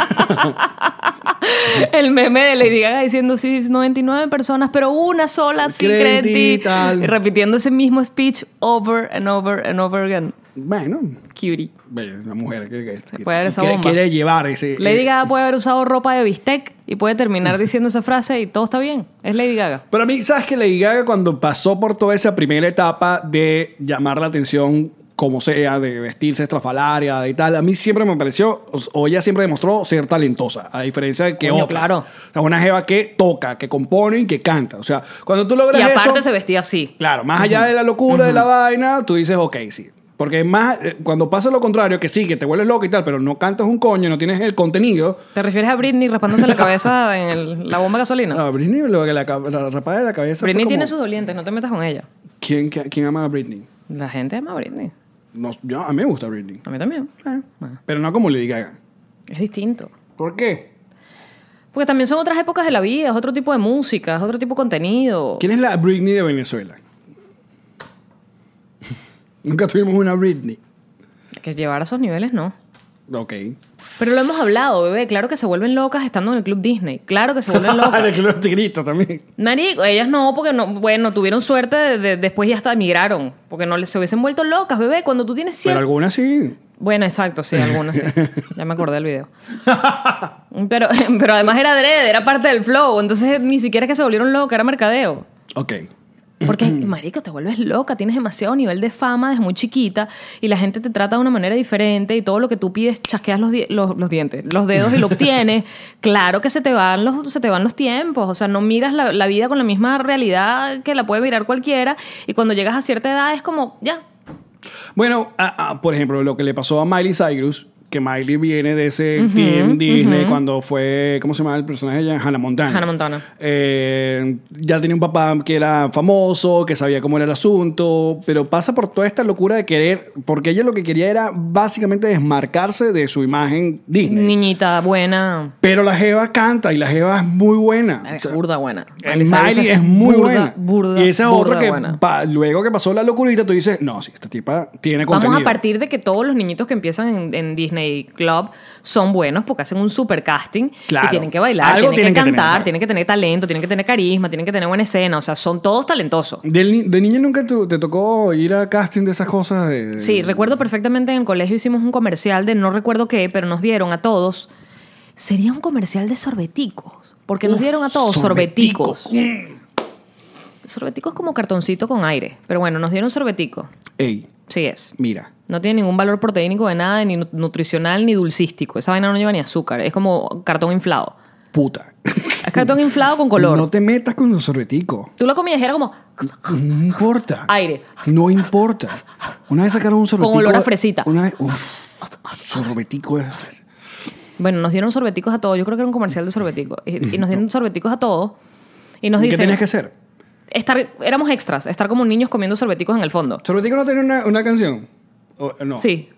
Speaker 2: pero- *laughs* el meme de Lady Gaga diciendo, sí, 99 personas, pero una sola sí
Speaker 1: Cree
Speaker 2: cree
Speaker 1: en
Speaker 2: en
Speaker 1: ti,
Speaker 2: ti.
Speaker 1: tal.
Speaker 2: Y repitiendo ese mismo speech over and over and over again.
Speaker 1: bueno,
Speaker 2: Cutie.
Speaker 1: bueno, una mujer que, que- que-
Speaker 2: puede dar
Speaker 1: que
Speaker 2: esa
Speaker 1: quiere,
Speaker 2: bomba.
Speaker 1: quiere llevar ese.
Speaker 2: Lady
Speaker 1: eh,
Speaker 2: Gaga puede haber usado ropa de bistec y puede terminar diciendo esa frase y todo está bien. Es Lady Gaga.
Speaker 1: Pero a mí, ¿sabes que Lady Gaga cuando pasó por toda esa primera etapa de llamar la atención como sea, de vestirse estrafalaria y tal, a mí siempre me pareció, o- o ella siempre demostró ser talentosa, a diferencia de que
Speaker 2: Coño,
Speaker 1: otras.
Speaker 2: claro.
Speaker 1: O sea, una jeva que toca, que compone y que canta. O sea, cuando tú logras
Speaker 2: Y aparte
Speaker 1: eso...
Speaker 2: se vestía así.
Speaker 1: Claro, más allá de la locura de la vaina, tú dices, ok, sí. Porque más, eh, cuando pasa lo contrario, que sí, que te vuelves loco y tal, pero no cantas un coño, no tienes el contenido.
Speaker 2: ¿Te refieres a Britney raspándose
Speaker 1: *laughs*
Speaker 2: la cabeza en el- la bomba de gasolina?
Speaker 1: No, Britney, lo que la, ca- la rapada de la cabeza. fue
Speaker 2: Britney tiene
Speaker 1: como-
Speaker 2: sus dolientes, no te metas con ella.
Speaker 1: ¿Quién, quién, quién ama a Britney?
Speaker 2: La gente ama a Britney.
Speaker 1: No, yo- a mí me gusta Britney.
Speaker 2: A mí también.
Speaker 1: Eh,
Speaker 2: Bueno.
Speaker 1: Pero no como Lady Gaga.
Speaker 2: Es distinto.
Speaker 1: ¿Por qué?
Speaker 2: Porque también son otras épocas de la vida, es otro tipo de música, es otro tipo de contenido.
Speaker 1: ¿Quién es la Britney de Venezuela? *laughs* Nunca tuvimos una Britney.
Speaker 2: Que llevar a esos niveles, no.
Speaker 1: Ok.
Speaker 2: Pero lo hemos hablado, bebé. Claro que se vuelven locas estando en el Club Disney. Claro que
Speaker 1: *laughs*
Speaker 2: se vuelven
Speaker 1: el
Speaker 2: locas.
Speaker 1: club tigrito también.
Speaker 2: Marico, ellas no, porque no, bueno, tuvieron suerte, de- de- después ya hasta emigraron, porque no les se hubiesen vuelto locas, bebé. Cuando tú tienes
Speaker 1: Pero
Speaker 2: cierto...
Speaker 1: algunas sí.
Speaker 2: Bueno, exacto, sí, algunas sí. Ya me acordé del video. Pero, *laughs* pero además era adrede, era parte del flow. Entonces ni siquiera es que se volvieron locas, era mercadeo.
Speaker 1: Ok. *clears throat*
Speaker 2: Porque, marico, te vuelves loca, tienes demasiado nivel de fama desde muy chiquita y la gente te trata de una manera diferente y todo lo que tú pides chasqueas los, di- los, los dientes, los dedos y lo obtienes.
Speaker 1: *laughs*
Speaker 2: Claro que se te van los, se te van los tiempos, o sea, no miras la, la vida con la misma realidad que la puede mirar cualquiera y cuando llegas a cierta edad es como, ya,
Speaker 1: Bueno, a- a- por ejemplo, lo que le pasó a Miley Cyrus, que Miley viene de ese team Disney cuando fue, ¿cómo se llama el personaje? de ella? Hannah Montana.
Speaker 2: Hannah Montana.
Speaker 1: Eh, ya tenía un papá que era famoso, que sabía cómo era el asunto, pero pasa por toda esta locura de querer, porque ella lo que quería era básicamente desmarcarse de su imagen Disney.
Speaker 2: niñita buena,
Speaker 1: pero la Jeva canta y la Jeva es muy buena. O
Speaker 2: es
Speaker 1: sea,
Speaker 2: burda buena.
Speaker 1: Miley
Speaker 2: Cyrus
Speaker 1: es muy
Speaker 2: burda,
Speaker 1: buena.
Speaker 2: Burda,
Speaker 1: y esa
Speaker 2: burda
Speaker 1: otra que
Speaker 2: buena.
Speaker 1: pa- luego que pasó la locurita, tú dices, no, si esta tipa tiene contenido.
Speaker 2: Vamos a partir de que todos los niñitos que empiezan en, en Disney Club son buenos porque hacen un super casting
Speaker 1: Claro.
Speaker 2: y tienen que bailar,
Speaker 1: Algo
Speaker 2: tienen, que
Speaker 1: tienen que
Speaker 2: cantar,
Speaker 1: tener, claro.
Speaker 2: tienen que tener talento, tienen que tener carisma, tienen que tener buena escena, o sea, son todos talentosos.
Speaker 1: Del ni- De, niña nunca tu- te tocó ir a casting de esas cosas. de-
Speaker 2: Sí, recuerdo perfectamente en el colegio hicimos un comercial de no recuerdo qué, pero nos dieron a todos. Sería un comercial de sorbeticos, porque nos dieron a todos sorbeticos. Sorbeticos, como cartoncito con aire, pero bueno, nos dieron sorbetico.
Speaker 1: Ey,
Speaker 2: Sí es.
Speaker 1: mira.
Speaker 2: No tiene ningún valor proteínico de nada, ni nu- nutricional, ni dulcístico. Esa vaina no lleva ni azúcar. Es como cartón inflado.
Speaker 1: Puta.
Speaker 2: Es cartón inflado con color.
Speaker 1: No te metas con los sorbeticos.
Speaker 2: Tú lo comías y era como
Speaker 1: No importa.
Speaker 2: aire.
Speaker 1: No importa. Una vez sacaron un sorbetico.
Speaker 2: olor a fresita.
Speaker 1: Una vez. Uf, sorbetico es.
Speaker 2: Bueno, nos dieron sorbeticos a todos. Yo creo que era un comercial de sorbeticos. Y, y nos dieron sorbeticos a todos. Y nos
Speaker 1: ¿Qué
Speaker 2: dicen...
Speaker 1: tenías que hacer?
Speaker 2: Estar, éramos extras. Estar como niños comiendo sorbeticos en el fondo.
Speaker 1: ¿Sorbetico no tenía una, una canción? O- no.
Speaker 2: Sí.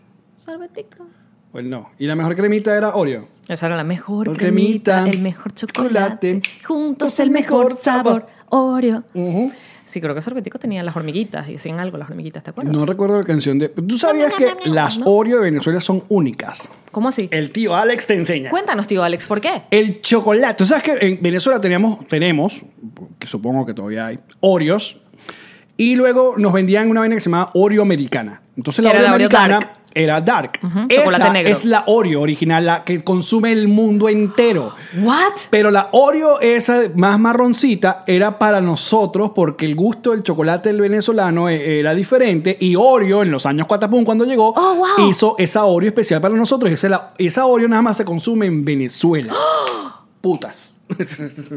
Speaker 2: Sorbetico.
Speaker 1: O el no. Y la mejor cremita era Oreo.
Speaker 2: Esa era la mejor
Speaker 1: Mejor
Speaker 2: cremita,
Speaker 1: cremita,
Speaker 2: el mejor chocolate,
Speaker 1: chocolate,
Speaker 2: juntos el mejor sabor, Oreo.
Speaker 1: Ujú.
Speaker 2: Sí, creo que Sorbetico tenía las hormiguitas y decían algo las hormiguitas, ¿te acuerdas?
Speaker 1: No recuerdo la canción de. ¿Tú sabías que las Oreo de Venezuela son únicas?
Speaker 2: ¿Cómo así?
Speaker 1: El tío Alex te enseña.
Speaker 2: Cuéntanos, tío Alex, ¿por qué?
Speaker 1: El chocolate. ¿Tú sabes que en Venezuela teníamos, tenemos, que supongo que todavía hay, Oreos. Y luego nos vendían una vaina que se llamaba Oreo Americana. Entonces la
Speaker 2: Que
Speaker 1: Oreo,
Speaker 2: era la Oreo
Speaker 1: Americana
Speaker 2: dark.
Speaker 1: era dark.
Speaker 2: Ujú,
Speaker 1: Esa
Speaker 2: chocolate negro.
Speaker 1: es la Oreo original, la que consume el mundo entero.
Speaker 2: ¿What?
Speaker 1: Pero la Oreo esa más marroncita era para nosotros porque el gusto del chocolate del venezolano e- era diferente y Oreo en los años Cuatapum cuando llegó
Speaker 2: Oh, wow.
Speaker 1: hizo esa Oreo especial para nosotros. Esa, la- esa Oreo nada más se consume en
Speaker 2: *gasps*
Speaker 1: Venezuela. Putas. *laughs*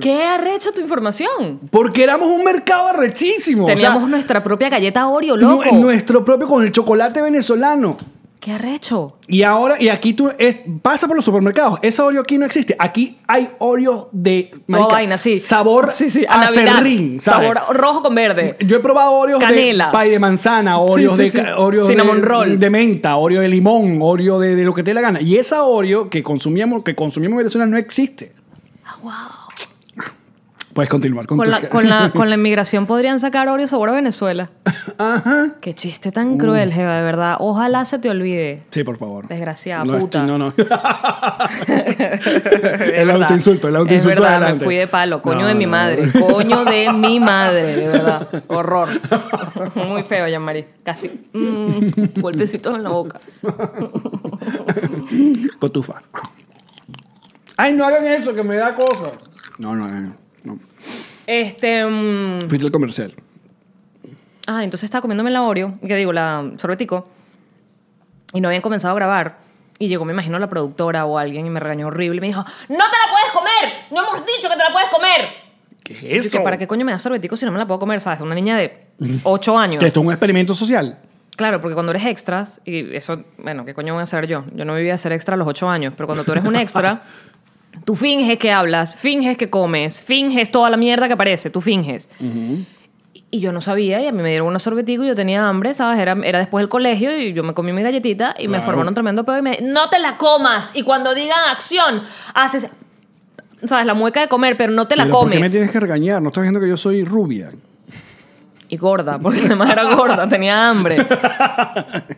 Speaker 2: ¿Qué arrecho tu información?
Speaker 1: Porque éramos un mercado arrechísimo. o sea,
Speaker 2: Teníamos nuestra propia galleta Oreo,
Speaker 1: nu-
Speaker 2: loco.
Speaker 1: nuestro propio con el chocolate venezolano.
Speaker 2: ¿Qué arrecho?
Speaker 1: Y ahora, y aquí tú es, pasa por los supermercados. Esa Oreo aquí no existe. Aquí hay Oreo de
Speaker 2: Toda
Speaker 1: marica,
Speaker 2: vaina, sí.
Speaker 1: sabor
Speaker 2: sí, sí, a Navidad.
Speaker 1: acerrín. ¿sabes? Eh,
Speaker 2: Sabor rojo con verde.
Speaker 1: Yo he probado Oreos
Speaker 2: Canela.
Speaker 1: de pay de manzana, Oreos,
Speaker 2: sí, sí.
Speaker 1: de, ca- Oreos
Speaker 2: Cinnamon
Speaker 1: de,
Speaker 2: roll.
Speaker 1: de menta, Oreo de limón, Oreo de, de lo que te dé la gana. Y esa Oreo que consumíamos, que consumimos en Venezuela no existe. Puedes continuar con,
Speaker 2: Ah, Con
Speaker 1: tu-
Speaker 2: la,
Speaker 1: *laughs*
Speaker 2: con, la, con la inmigración podrían sacar Oreo sabor a Venezuela.
Speaker 1: Ajá.
Speaker 2: Qué chiste tan cruel, Jeva, de verdad. Ojalá se te olvide.
Speaker 1: Sí, por favor.
Speaker 2: Desgraciada,
Speaker 1: No,
Speaker 2: puta.
Speaker 1: estoy- No, *laughs*
Speaker 2: *laughs*
Speaker 1: no.
Speaker 2: Es
Speaker 1: *laughs* el
Speaker 2: verdad.
Speaker 1: autoinsulto, el autoinsulto.
Speaker 2: Es verdad,
Speaker 1: adelante.
Speaker 2: me fui de palo. Coño
Speaker 1: No,
Speaker 2: de mi
Speaker 1: no.
Speaker 2: madre.
Speaker 1: *laughs*
Speaker 2: Coño de mi madre, de verdad. Horror. Muy feo, Jean-Marie. Casi. mm, golpecitos en la boca.
Speaker 1: Cotufa. Ay, no hagan eso, que me da cosas. No, no, no. no.
Speaker 2: Este. mm,
Speaker 1: Fuiste al comercial.
Speaker 2: ah, entonces estaba comiéndome la Oreo, que digo, la sorbetico. Y no habían comenzado a grabar. Y llegó, me imagino, la productora o alguien y me regañó horrible. Y me dijo: ¡No te la puedes comer! ¡No hemos dicho que te la puedes comer!
Speaker 1: ¿Qué
Speaker 2: Yo
Speaker 1: es
Speaker 2: que,
Speaker 1: eso?
Speaker 2: ¿Para qué coño me da sorbetico si no me la puedo comer? ¿Sabes? Una niña de 8 años.
Speaker 1: Que Esto es un experimento social.
Speaker 2: Claro, porque cuando eres extras, y eso, bueno, ¿qué coño voy a saber yo? Yo no vivía a ser extra a los ocho años, pero cuando tú eres un
Speaker 1: *laughs*
Speaker 2: extra, tú finges que hablas, finges que comes, finges toda la mierda que aparece, tú finges. Y- Y yo no sabía, y a mí me dieron unos sorbeticos y yo tenía hambre, ¿sabes? Era, era después del colegio y yo me comí mi galletita y me
Speaker 1: Claro.
Speaker 2: formaron un tremendo pedo y me no te la comas. Y cuando digan acción, haces, ¿sabes? La mueca de comer, pero no te la
Speaker 1: Pero, ¿Por *laughs*
Speaker 2: comes.
Speaker 1: qué me tienes que regañar? ¿No estás viendo que yo soy rubia?
Speaker 2: Y gorda, porque además era gorda, tenía hambre.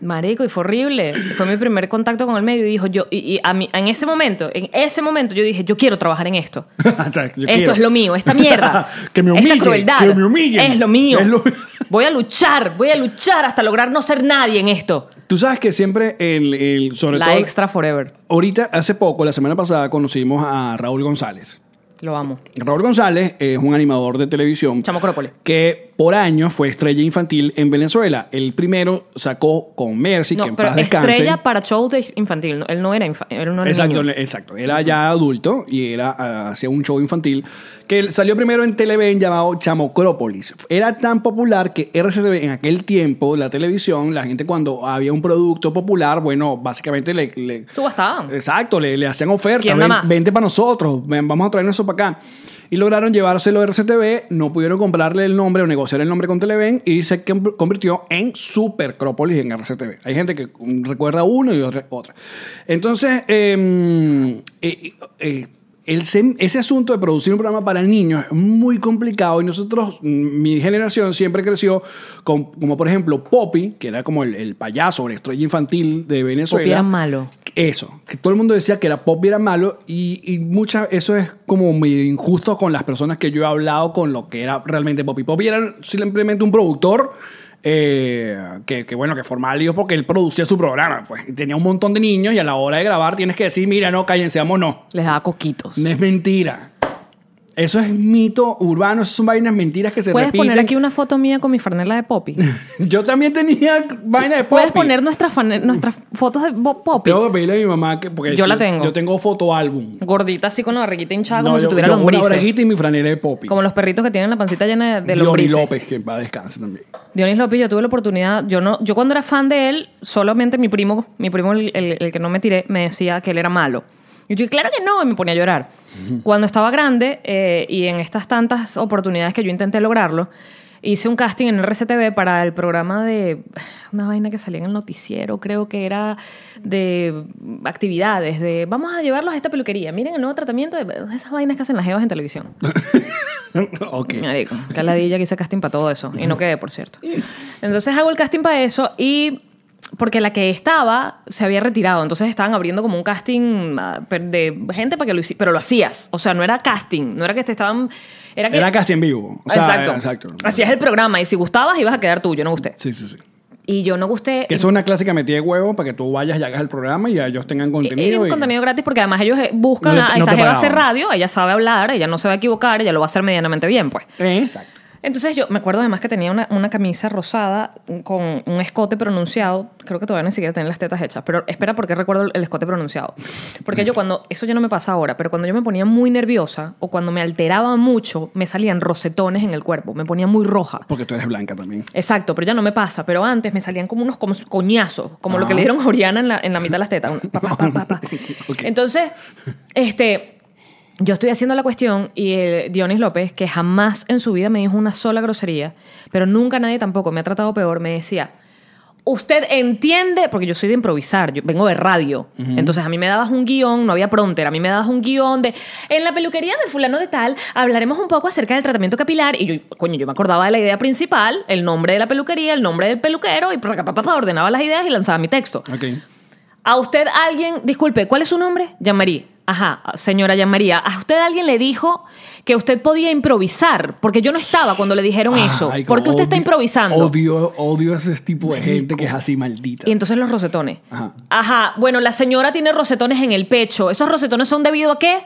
Speaker 2: Marico, y fue horrible. Fue mi primer contacto con el medio y dijo yo, y, y a mí, en ese momento, en ese momento yo dije, yo quiero trabajar en esto.
Speaker 1: O sea, yo
Speaker 2: esto
Speaker 1: quiero.
Speaker 2: es lo mío, esta mierda.
Speaker 1: *laughs* que me humillen.
Speaker 2: Esta crueldad.
Speaker 1: Que me humillen.
Speaker 2: Es lo mío.
Speaker 1: Es lo-
Speaker 2: Voy a luchar, voy a luchar hasta lograr no ser nadie en esto.
Speaker 1: Tú sabes que siempre el, el- sobre
Speaker 2: La
Speaker 1: todo
Speaker 2: extra forever.
Speaker 1: ahorita hace poco, la semana pasada conocimos a Raúl González.
Speaker 2: Lo amo.
Speaker 1: Raúl González es un animador de televisión
Speaker 2: Chamo Acrópolis.
Speaker 1: que por años fue estrella infantil en Venezuela. El primero sacó con Mercy, que en
Speaker 2: no, pero
Speaker 1: paz descanse.
Speaker 2: estrella para show de infantil. no, él no era infantil. Él no era
Speaker 1: Exacto,
Speaker 2: niño.
Speaker 1: le- exacto. Era ya adulto y era ah, hacía un show infantil que él salió primero en Televen llamado Chamocrópolis. Era tan popular que RCTV en aquel tiempo, la televisión, la gente cuando había un producto popular, bueno, básicamente le, le-
Speaker 2: Subastaban.
Speaker 1: Exacto, le, le hacían ofertas.
Speaker 2: ¿Quién da
Speaker 1: "Ven-
Speaker 2: más?"
Speaker 1: Vente para nosotros, ven, vamos a traernos eso para acá. Y lograron llevárselo a RCTV, no pudieron comprarle el nombre o negociar el nombre con Televen y se com- convirtió en Supercrópolis en RCTV. Hay gente que mm, recuerda uno y otra. otra. Entonces, eh, eh, eh, el sem- ese asunto de producir un programa para niños es muy complicado y nosotros, mm, mi generación siempre creció con, como por ejemplo Poppy, que era como el, el payaso, el estrella infantil de Venezuela.
Speaker 2: Poppy era malo.
Speaker 1: Eso, que todo el mundo decía que era pop y era malo y, y mucha, eso es como medio injusto con las personas que yo he hablado con lo que era realmente pop y pop y era simplemente un productor eh, que, que, bueno, que formaba líos porque él producía su programa, pues y tenía un montón de niños y a la hora de grabar tienes que decir, mira, no, cállense, vámonos.
Speaker 2: Les daba coquitos.
Speaker 1: No es mentira. Eso es mito urbano, esas son vainas mentiras que se
Speaker 2: ¿Puedes
Speaker 1: repiten.
Speaker 2: poner aquí una foto mía con mi franela
Speaker 1: *laughs*
Speaker 2: de Poppy?
Speaker 1: Yo también tenía vainas de pop.
Speaker 2: ¿Puedes poner nuestras, fane- nuestras fotos de Bo- Poppy?
Speaker 1: Tengo que pedirle a mi mamá que porque
Speaker 2: Yo la tengo.
Speaker 1: Yo tengo fotoálbum.
Speaker 2: Gordita así con la barriguita hinchada como
Speaker 1: No,
Speaker 2: si
Speaker 1: yo-
Speaker 2: tuviera
Speaker 1: yo una
Speaker 2: lombrices.
Speaker 1: braguita y mi franela de Poppy.
Speaker 2: Como los perritos que tienen la pancita llena de, de
Speaker 1: Johnny
Speaker 2: lombrices.
Speaker 1: López, que va a descanse también. *laughs*
Speaker 2: Dionis López, yo tuve la oportunidad, yo no, yo cuando era fan de él, solamente mi primo, mi primo el, el- el que no me tiré, me decía que él era malo. Y yo, claro que no, y me ponía a llorar. Cuando estaba grande, eh, y en estas tantas oportunidades que yo intenté lograrlo, hice un casting en RCTV para el programa de una vaina que salía en el noticiero, creo que era de actividades, de vamos a llevarlos a esta peluquería, miren el nuevo tratamiento de esas vainas que hacen las jevas en televisión.
Speaker 1: ok. *laughs*
Speaker 2: Marico, caladilla que hice casting para todo eso. Y no quedé, por cierto. Entonces hago el casting para eso y. Porque la que estaba se había retirado. Entonces estaban abriendo como un casting ah, per- de gente para que lo hicieras. Pero lo hacías. O sea, no era casting. No era que te estaban. Era que.
Speaker 1: Era casi en vivo. O sea,
Speaker 2: exacto.
Speaker 1: exacto.
Speaker 2: Hacías el programa y si gustabas ibas a quedar tú. Yo no gusté.
Speaker 1: Sí, sí, sí.
Speaker 2: Y yo no gusté.
Speaker 1: Que eso es una clásica metida de huevo para que tú vayas y hagas el programa y ellos tengan contenido.
Speaker 2: Es un
Speaker 1: y-
Speaker 2: contenido gratis porque además ellos eh, buscan
Speaker 1: No le-
Speaker 2: a
Speaker 1: no
Speaker 2: esta
Speaker 1: te
Speaker 2: jeva
Speaker 1: pagaban.
Speaker 2: hacer radio, ella sabe hablar, ella no se va a equivocar, ella lo va a hacer medianamente bien, pues.
Speaker 1: Eh, Exacto.
Speaker 2: Entonces yo me acuerdo además que tenía una, una camisa rosada con un escote pronunciado. Creo que todavía ni siquiera tenía las tetas hechas, pero espera porque recuerdo el escote pronunciado. Porque yo cuando, eso ya no me pasa ahora, pero cuando yo me ponía muy nerviosa o cuando me alteraba mucho, me salían rosetones en el cuerpo, me ponía muy roja.
Speaker 1: Porque tú eres blanca también.
Speaker 2: Exacto, pero ya no me pasa. Pero antes me salían como unos como coñazos, como lo que
Speaker 1: Ajá.
Speaker 2: le dieron a Oriana en la, en la mitad de las tetas. un pa, pa, pa, pa, pa.
Speaker 1: *laughs* Ok.
Speaker 2: Entonces, este, yo estoy haciendo la cuestión y el Dionis López, que jamás en su vida me dijo una sola grosería, pero nunca nadie tampoco me ha tratado peor, me decía. Usted entiende, porque yo soy de improvisar, yo vengo de radio. Entonces a mí me dabas un guión, no había pronter, a mí me dabas un guión de en la peluquería del fulano de tal hablaremos un poco acerca del tratamiento capilar. Y yo, coño, yo me acordaba de la idea principal, el nombre de la peluquería, el nombre del peluquero, y pra, pa, pa, pa, ordenaba las ideas y lanzaba mi texto.
Speaker 1: Ok.
Speaker 2: A usted alguien, disculpe, ¿cuál es su nombre? Yamarí. Ajá, señora Yamaría. A usted alguien le dijo que usted podía improvisar, porque yo no estaba cuando le dijeron eso.
Speaker 1: Ah, Ay,
Speaker 2: ¿Por qué usted está
Speaker 1: odio-
Speaker 2: improvisando?
Speaker 1: Odio, odio a ese tipo de gente que es así maldita.
Speaker 2: Y entonces los rosetones.
Speaker 1: Ajá.
Speaker 2: Ajá. Bueno, la señora tiene rosetones en el pecho. ¿Esos rosetones son debido a qué?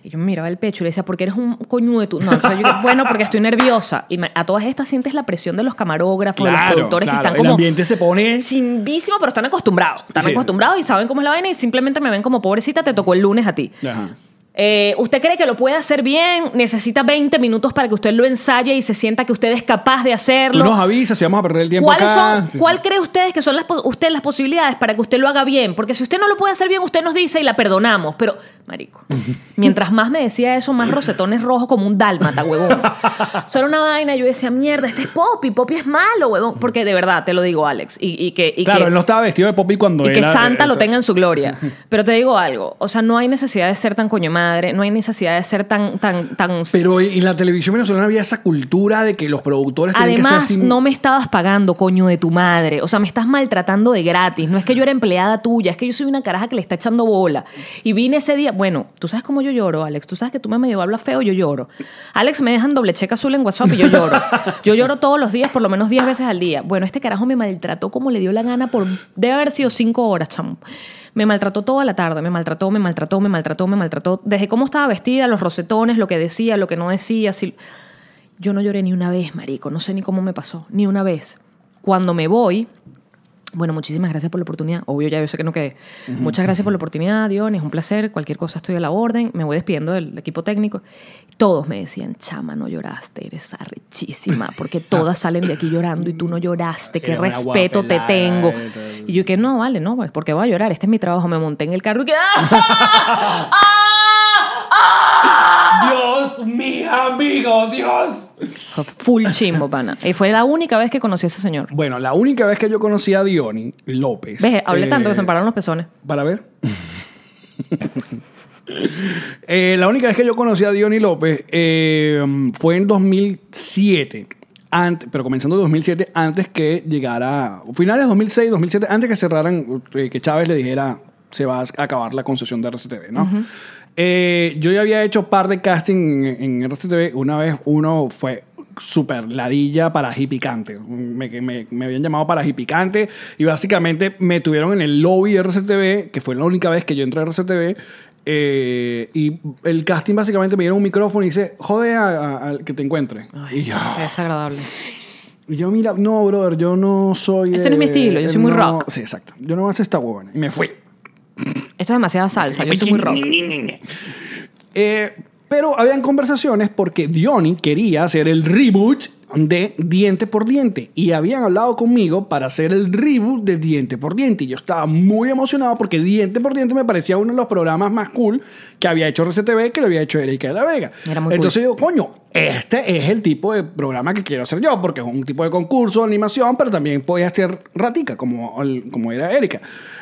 Speaker 2: Y yo me miraba el pecho y le decía, porque eres un coño de tu. No, entonces yo, bueno, porque estoy nerviosa. Y me- a todas estas sientes la presión de los camarógrafos, de los productores que están
Speaker 1: El
Speaker 2: como.
Speaker 1: ambiente se pone.
Speaker 2: Chimbísimo, pero están acostumbrados. Están
Speaker 1: Sí.
Speaker 2: acostumbrados y saben cómo es la vaina y simplemente me ven como pobrecita, te tocó el lunes a ti.
Speaker 1: Ajá.
Speaker 2: Eh, ¿Usted cree que lo puede hacer bien? Necesita 20 minutos para que usted lo ensaye y se sienta que usted es capaz de
Speaker 1: Tú
Speaker 2: hacerlo.
Speaker 1: nos avisas si vamos a perder el tiempo
Speaker 2: ¿Cuáles
Speaker 1: acá.
Speaker 2: son,
Speaker 1: Sí, sí,
Speaker 2: ¿Cuál
Speaker 1: sí.
Speaker 2: cree ustedes que son las, po- usted las posibilidades para que usted lo haga bien? Porque si usted no lo puede hacer bien, usted nos dice y la perdonamos. Pero
Speaker 1: *laughs*
Speaker 2: marico. Mientras más me decía eso, más rosetones rojos como un dálmata,
Speaker 1: *laughs*
Speaker 2: huevón. Solo una vaina, yo decía, mierda, este es Poppy, Poppy es malo, huevón. Porque de verdad, te lo digo, Alex. Y, y que, y
Speaker 1: claro,
Speaker 2: que-
Speaker 1: él no estaba vestido de Poppy cuando
Speaker 2: y que
Speaker 1: era-
Speaker 2: Santa lo
Speaker 1: eso.
Speaker 2: tenga en su gloria.
Speaker 1: *laughs*
Speaker 2: Pero te digo algo, o sea, no hay necesidad de ser tan coño madre, no hay necesidad de ser tan, tan, tan.
Speaker 1: Pero en la televisión venezolana había esa cultura de que los productores tienen que ser
Speaker 2: Además,
Speaker 1: así-
Speaker 2: no me estabas pagando, coño de tu madre. O sea, me estás maltratando de gratis. No es que yo era empleada tuya, es que yo soy una caraja que le está echando bola. Y vine ese día. Bueno, tú sabes cómo yo lloro, Alex. Tú sabes que tú me medio hablas feo, yo lloro. Alex, me dejan doble cheque azul en WhatsApp y yo lloro. Yo lloro todos los días, por lo menos 10 veces al día. Bueno, este carajo me maltrató como le dio la gana por. Debe haber sido 5 horas, chamo. Me maltrató toda la tarde, me maltrató, me maltrató, me maltrató, me maltrató. Desde cómo estaba vestida, los rosetones, lo que decía, lo que no decía, si. Yo no lloré ni una vez, marico. No sé ni cómo me pasó. Ni una vez. Cuando me voy... Bueno, muchísimas gracias por la oportunidad. Obvio, ya yo sé que no quedé. Muchas gracias por la oportunidad, Dionis. Un placer. Cualquier cosa estoy a la orden. Me voy despidiendo del equipo técnico. Todos me decían, chama, no lloraste. Eres arrechísima. Porque todas salen de aquí llorando y tú no lloraste. Qué
Speaker 1: Era una
Speaker 2: respeto te
Speaker 1: guapelada,
Speaker 2: tengo.
Speaker 1: eh, tal.
Speaker 2: Y yo que no, vale, no, pues porque voy a llorar. Este es mi trabajo. Me monté en el carro y que...
Speaker 1: *laughs*
Speaker 2: ¡Ah! ¡Ah! ¡Ah!
Speaker 1: Dios, mi amigo, Dios.
Speaker 2: Fue Full chimbo, pana. Y fue la única vez que conocí a ese señor.
Speaker 1: Bueno, la única vez que yo conocí a Diony López.
Speaker 2: ¿Ves? Hablé
Speaker 1: eh,
Speaker 2: tanto que se me pararon los pezones.
Speaker 1: Para ver. Eh, la única vez que yo conocí a Diony López eh, fue en 2007. Antes, pero comenzando en 2007, antes que llegara. Finales de 2006, 2007, antes que cerraran, eh, que Chávez le dijera se va a acabar la concesión de RCTV, ¿no? Eh, yo ya había hecho par de casting en, en RCTV. Una vez uno fue super ladilla para picante. Me, me- me habían llamado para picante y básicamente me tuvieron en el lobby de RCTV, que fue la única vez que yo entré a RCTV. eh, y el casting básicamente me dieron un micrófono y dice, jode a- a- al que te encuentre.
Speaker 2: Ay,
Speaker 1: y yo,
Speaker 2: qué desagradable.
Speaker 1: y yo, mira, no, brother, yo no soy...
Speaker 2: Este no es mi estilo, yo soy muy
Speaker 1: no-
Speaker 2: rock.
Speaker 1: Sí, exacto. Yo no voy a hacer esta huevona. Y me fui.
Speaker 2: Esto es demasiada salsa. Yo soy muy rock.
Speaker 1: Eh, pero habían conversaciones porque Diony quería hacer el reboot de Diente por Diente y habían hablado conmigo para hacer el reboot de Diente por Diente y yo estaba muy emocionado porque Diente por Diente me parecía uno de los programas más cool que había hecho RCTV que lo había hecho Erika de la Vega.
Speaker 2: Era muy cool.
Speaker 1: Entonces yo, coño, este es el tipo de programa que quiero hacer yo porque es un tipo de concurso, animación, pero también podía hacer ratica como, el- como era Erika.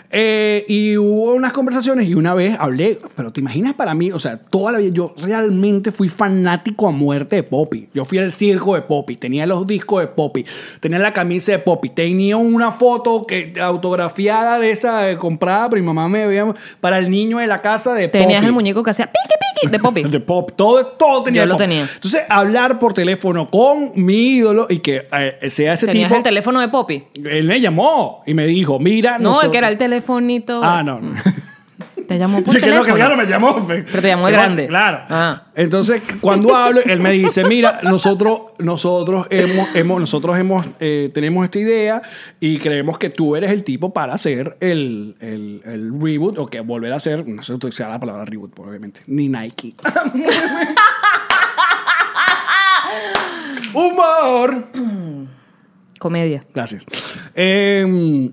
Speaker 1: Eh, y hubo unas conversaciones y una vez hablé, pero te imaginas para mí, o sea, toda la vida yo realmente fui fanático a muerte de Poppy. Yo fui al circo de Poppy, tenía los discos de Poppy, tenía la camisa de Poppy, tenía una foto que, autografiada de esa eh, comprada, pero mi mamá me veía para el niño de la casa de Poppy.
Speaker 2: Tenías el muñeco que hacía piqui piqui de Poppy.
Speaker 1: *laughs* De pop. Todo, todo tenía
Speaker 2: Yo
Speaker 1: de
Speaker 2: lo
Speaker 1: pop.
Speaker 2: tenía.
Speaker 1: Entonces, hablar por teléfono con mi ídolo y que eh, sea ese
Speaker 2: Tenías
Speaker 1: tipo.
Speaker 2: el teléfono de Poppy.
Speaker 1: él me llamó y me dijo, mira.
Speaker 2: No, el
Speaker 1: nosotros-
Speaker 2: que era el Mm. telefonito.
Speaker 1: Ah, no. *laughs* no.
Speaker 2: Te llamó por
Speaker 1: Sí, que no, que
Speaker 2: teléfono.
Speaker 1: claro, me llamó. fe.
Speaker 2: Pero te llamó de
Speaker 1: Claro,
Speaker 2: grande.
Speaker 1: Claro.
Speaker 2: Ah.
Speaker 1: Entonces, cuando hablo, él me dice, mira, nosotros, nosotros hemos, hemos, nosotros hemos, eh, tenemos esta idea y creemos que tú eres el tipo para hacer el, el, el reboot o que volver a hacer, no sé si sea la palabra reboot, obviamente, ni *laughs* Nike. Humor.
Speaker 2: Comedia.
Speaker 1: Gracias. Eh,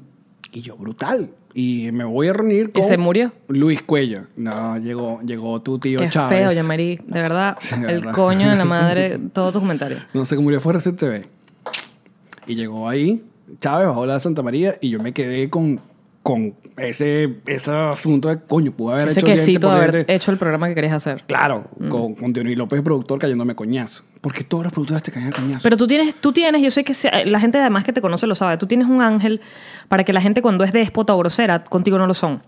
Speaker 1: y yo, brutal. Y me voy a reunir con...
Speaker 2: se murió?
Speaker 1: Luis Cuello. No, llegó, llegó tu tío
Speaker 2: Qué
Speaker 1: Chávez.
Speaker 2: feo, Yamari. De verdad,
Speaker 1: Sí, de
Speaker 2: el
Speaker 1: verdad.
Speaker 2: coño de
Speaker 1: *laughs*
Speaker 2: la madre, todos tus comentarios.
Speaker 1: No sé cómo murió fue RCTV. Y llegó ahí, Chávez bajó la de Santa María y yo me quedé con, con ese, ese asunto de coño, pude haber
Speaker 2: Ese
Speaker 1: hecho
Speaker 2: quesito de
Speaker 1: diente por
Speaker 2: haber
Speaker 1: diente.
Speaker 2: hecho Mm. el programa que querías hacer.
Speaker 1: Claro, con, con Dionis López, productor, cayéndome coñazo. Porque todos los productores te caían coñazo.
Speaker 2: Pero tú tienes, tú tienes, yo sé que se- la gente además que te conoce lo sabe, tú tienes un ángel para que la gente cuando es déspota o grosera, contigo no lo son.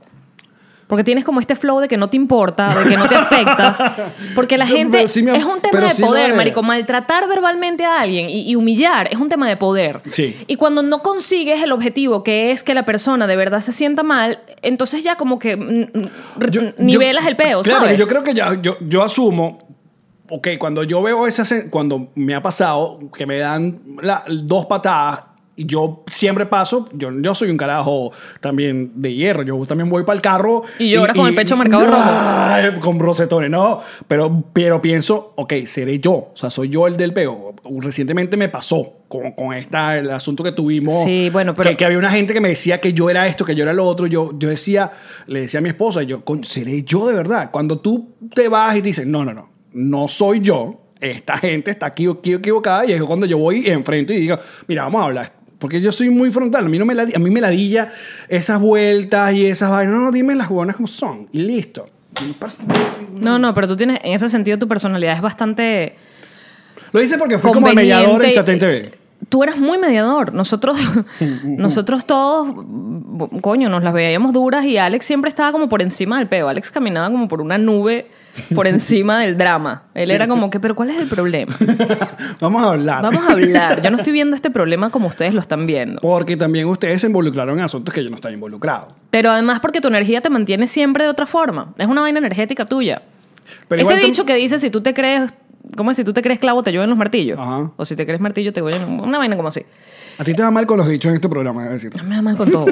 Speaker 2: Porque tienes como este flow de que no te importa, de que no
Speaker 1: *laughs*
Speaker 2: te afecta. Porque la
Speaker 1: Pero
Speaker 2: gente
Speaker 1: sí me-
Speaker 2: es un tema
Speaker 1: pero
Speaker 2: de
Speaker 1: sí lo
Speaker 2: poder,
Speaker 1: es.
Speaker 2: marico. Maltratar verbalmente a alguien y, y humillar es un tema de poder.
Speaker 1: Sí.
Speaker 2: Y cuando no consigues el objetivo, que es que la persona de verdad se sienta mal, entonces ya como que mm, mm,
Speaker 1: Yo-
Speaker 2: r-
Speaker 1: yo-
Speaker 2: nivelas el peo,
Speaker 1: claro,
Speaker 2: ¿sabes?
Speaker 1: yo creo que ya, yo, yo asumo, ok, cuando yo veo esa, escena- cuando me ha pasado que me dan la- dos patadas y yo siempre paso, yo, yo soy un carajo también de hierro, yo también voy para el carro. ¡Ah!
Speaker 2: Y lloras con el pecho marcado de rojo.
Speaker 1: rojo. Con rosetones, no. Pero, pero pienso, ok, seré yo, o sea, soy yo el del peo. Recientemente me pasó con, con esta, el asunto que tuvimos.
Speaker 2: Sí, bueno, pero-
Speaker 1: Que, que había una gente que me decía que yo era esto, que yo era lo otro. Yo, yo decía, le decía a mi esposa, yo, "Con- seré yo de verdad. Cuando tú te vas y te dices, no, no, no, no soy yo. Esta gente está aquí, aquí equivocada y es cuando yo voy enfrente y digo, mira, vamos a hablar. Porque yo soy muy frontal. A mí, no me la, a mí me ladilla esas vueltas y esas vainas. No, no, dime las buenas como son. Y listo. Y me parece-
Speaker 2: No, no, pero tú tienes, en ese sentido, tu personalidad es bastante.
Speaker 1: Lo hice porque fui como el
Speaker 2: conveniente. eh,
Speaker 1: mediador en Chatén TV.
Speaker 2: *laughs* Tú eras muy
Speaker 1: *laughs*
Speaker 2: mediador. Nosotros, nosotros todos, bo- coño, nos las veíamos duras y Alex siempre estaba como por encima del peo. Alex caminaba como por una nube por encima del drama. Él era como que, pero ¿cuál es el problema?
Speaker 1: Vamos a hablar.
Speaker 2: Vamos a hablar. Yo no estoy viendo este problema como ustedes lo están
Speaker 1: *laughs*
Speaker 2: viendo.
Speaker 1: Porque también ustedes se involucraron en asuntos que yo no estaba involucrado.
Speaker 2: Pero además porque tu energía te mantiene siempre de otra forma. Es una vaina energética tuya.
Speaker 1: Pero
Speaker 2: Ese
Speaker 1: igual tú-
Speaker 2: dicho que dice, si tú te crees... ¿Cómo es? Si tú te crees clavo, te llueven los martillos.
Speaker 1: Ajá.
Speaker 2: O si te crees martillo, te llueven... Una vaina como así.
Speaker 1: A ti te va mal con los dichos en este programa, es decir.
Speaker 2: Me da mal con todo.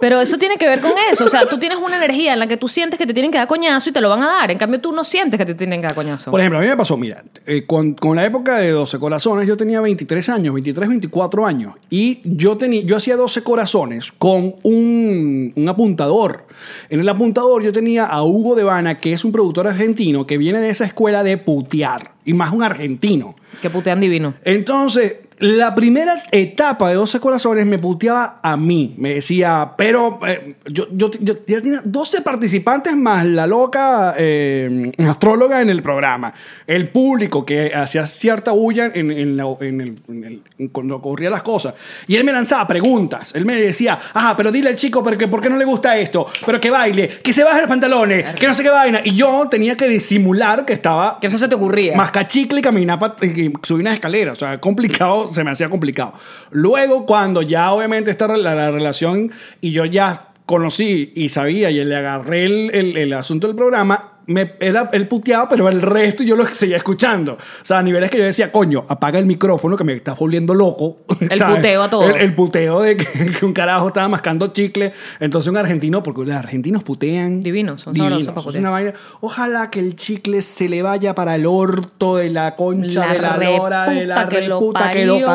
Speaker 2: Pero eso tiene que ver con eso. O sea, tú tienes una energía en la que tú sientes que te tienen que dar coñazo y te lo van a dar. En cambio, tú no sientes que te tienen que dar coñazo.
Speaker 1: Por ejemplo, a mí me pasó, mira, eh, con, con la época de 12 corazones, yo tenía 23 años, 23, 24 años, y yo, tenía, yo hacía 12 corazones con un, un apuntador. En el apuntador yo tenía a Hugo Devana, que es un productor argentino que viene de esa escuela de putear, y más un argentino.
Speaker 2: que putean divino.
Speaker 1: Entonces, la primera etapa de 12 corazones me puteaba a mí. Me decía, pero eh, yo, yo, yo- ya tenía 12 participantes más la loca eh, astróloga en el programa. El público que hacía cierta bulla en, en la- en el- en el- en cuando ocurrían las cosas. Y él me lanzaba preguntas. Él me decía, ah, pero dile al chico porque, por qué no le gusta esto, pero que baile, que se baje los pantalones, que no sé qué vaina. Y yo tenía que disimular que estaba
Speaker 2: Que eso se te ocurría.
Speaker 1: Mascachicle y caminar pa- y subir unas escaleras. O sea, complicado, se me hacía complicado. Luego, cuando ya obviamente está la, la relación y yo ya conocí y sabía y le agarré el, el- el asunto del programa, me, él, él puteaba, pero el resto yo lo seguía escuchando. O sea, a niveles que yo decía, coño, apaga el micrófono que me estás volviendo loco. *laughs*
Speaker 2: El
Speaker 1: ¿Sabes?
Speaker 2: puteo a todos.
Speaker 1: El, el puteo de que, *laughs* que un carajo estaba mascando chicle. Entonces un argentino, porque los argentinos putean.
Speaker 2: Divinos, son sabrosos para
Speaker 1: Divinos. Es
Speaker 2: putear.
Speaker 1: una vaina. Ojalá que el chicle se le vaya para el orto de la concha
Speaker 2: La
Speaker 1: de la lora, de la
Speaker 2: reputa que lo
Speaker 1: reputa que lo
Speaker 2: parió.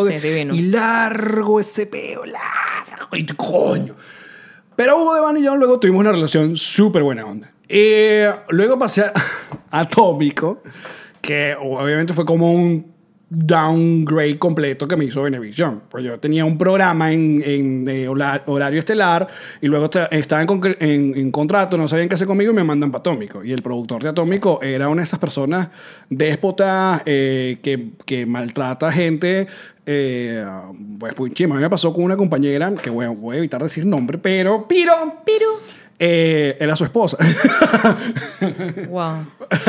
Speaker 1: parió.
Speaker 2: Sí, divino.
Speaker 1: y largo ese peo, largo. Y tú, coño. Pero Hugo Devane y yo luego tuvimos una relación súper buena onda. Eh, luego pasé a *laughs* Atómico, que obviamente fue como un downgrade completo que me hizo Venevisión. Pues yo tenía un programa en, en- de hola- horario estelar y luego te- estaba en, concre- en- en contrato, no sabían qué hacer conmigo y me mandan para Atómico. Y el productor de Atómico era una de esas personas déspotas eh, que, que maltrata gente eh, pues, pues, chima, a mí me pasó con una compañera, que bueno, voy a evitar decir nombre, pero, pero, pero, eh, era su esposa. *laughs*
Speaker 2: Wow.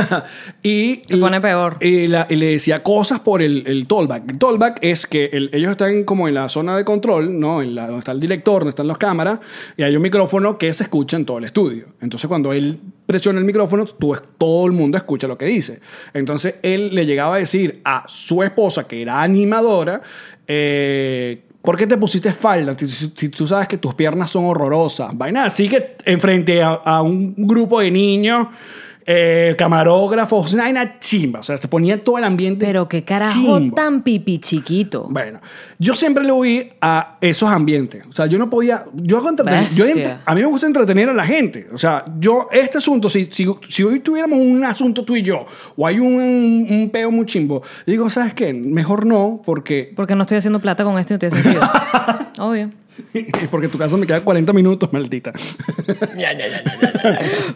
Speaker 1: *laughs* y
Speaker 2: Se pone peor.
Speaker 1: Y, la- y le decía cosas por el, el tollback. El tollback es que el- ellos están como en la zona de control, ¿no? En la, donde está el director, donde están las cámaras, y hay un micrófono que se escucha en todo el estudio. Entonces, cuando él presiona el micrófono, tú, es- todo el mundo escucha lo que dice. Entonces, él le llegaba a decir a su esposa, que era animadora, eh, ¿Por qué te pusiste falda? Si, si- si tú sabes que tus piernas son horrorosas. Vaina, así que enfrente a, a un grupo de niños, eh, camarógrafos, una vaina chimba. O sea, se ponía todo el ambiente.
Speaker 2: Pero qué carajo
Speaker 1: chimbo.
Speaker 2: tan pipi chiquito.
Speaker 1: Bueno, yo siempre le huí a esos ambientes. O sea, yo no podía. Yo, hago entreten- yo
Speaker 2: Bestia.
Speaker 1: ent- a mí me gusta entretener a la gente. O sea, yo, este asunto, si, si, si hoy tuviéramos un asunto tú y yo, o hay un, un peo muy chimbo, digo, ¿sabes qué? Mejor no, porque *laughs*
Speaker 2: Porque no estoy haciendo plata con esto y no tiene sentido. Obvio.
Speaker 1: Porque tu caso me queda 40 minutos, maldita.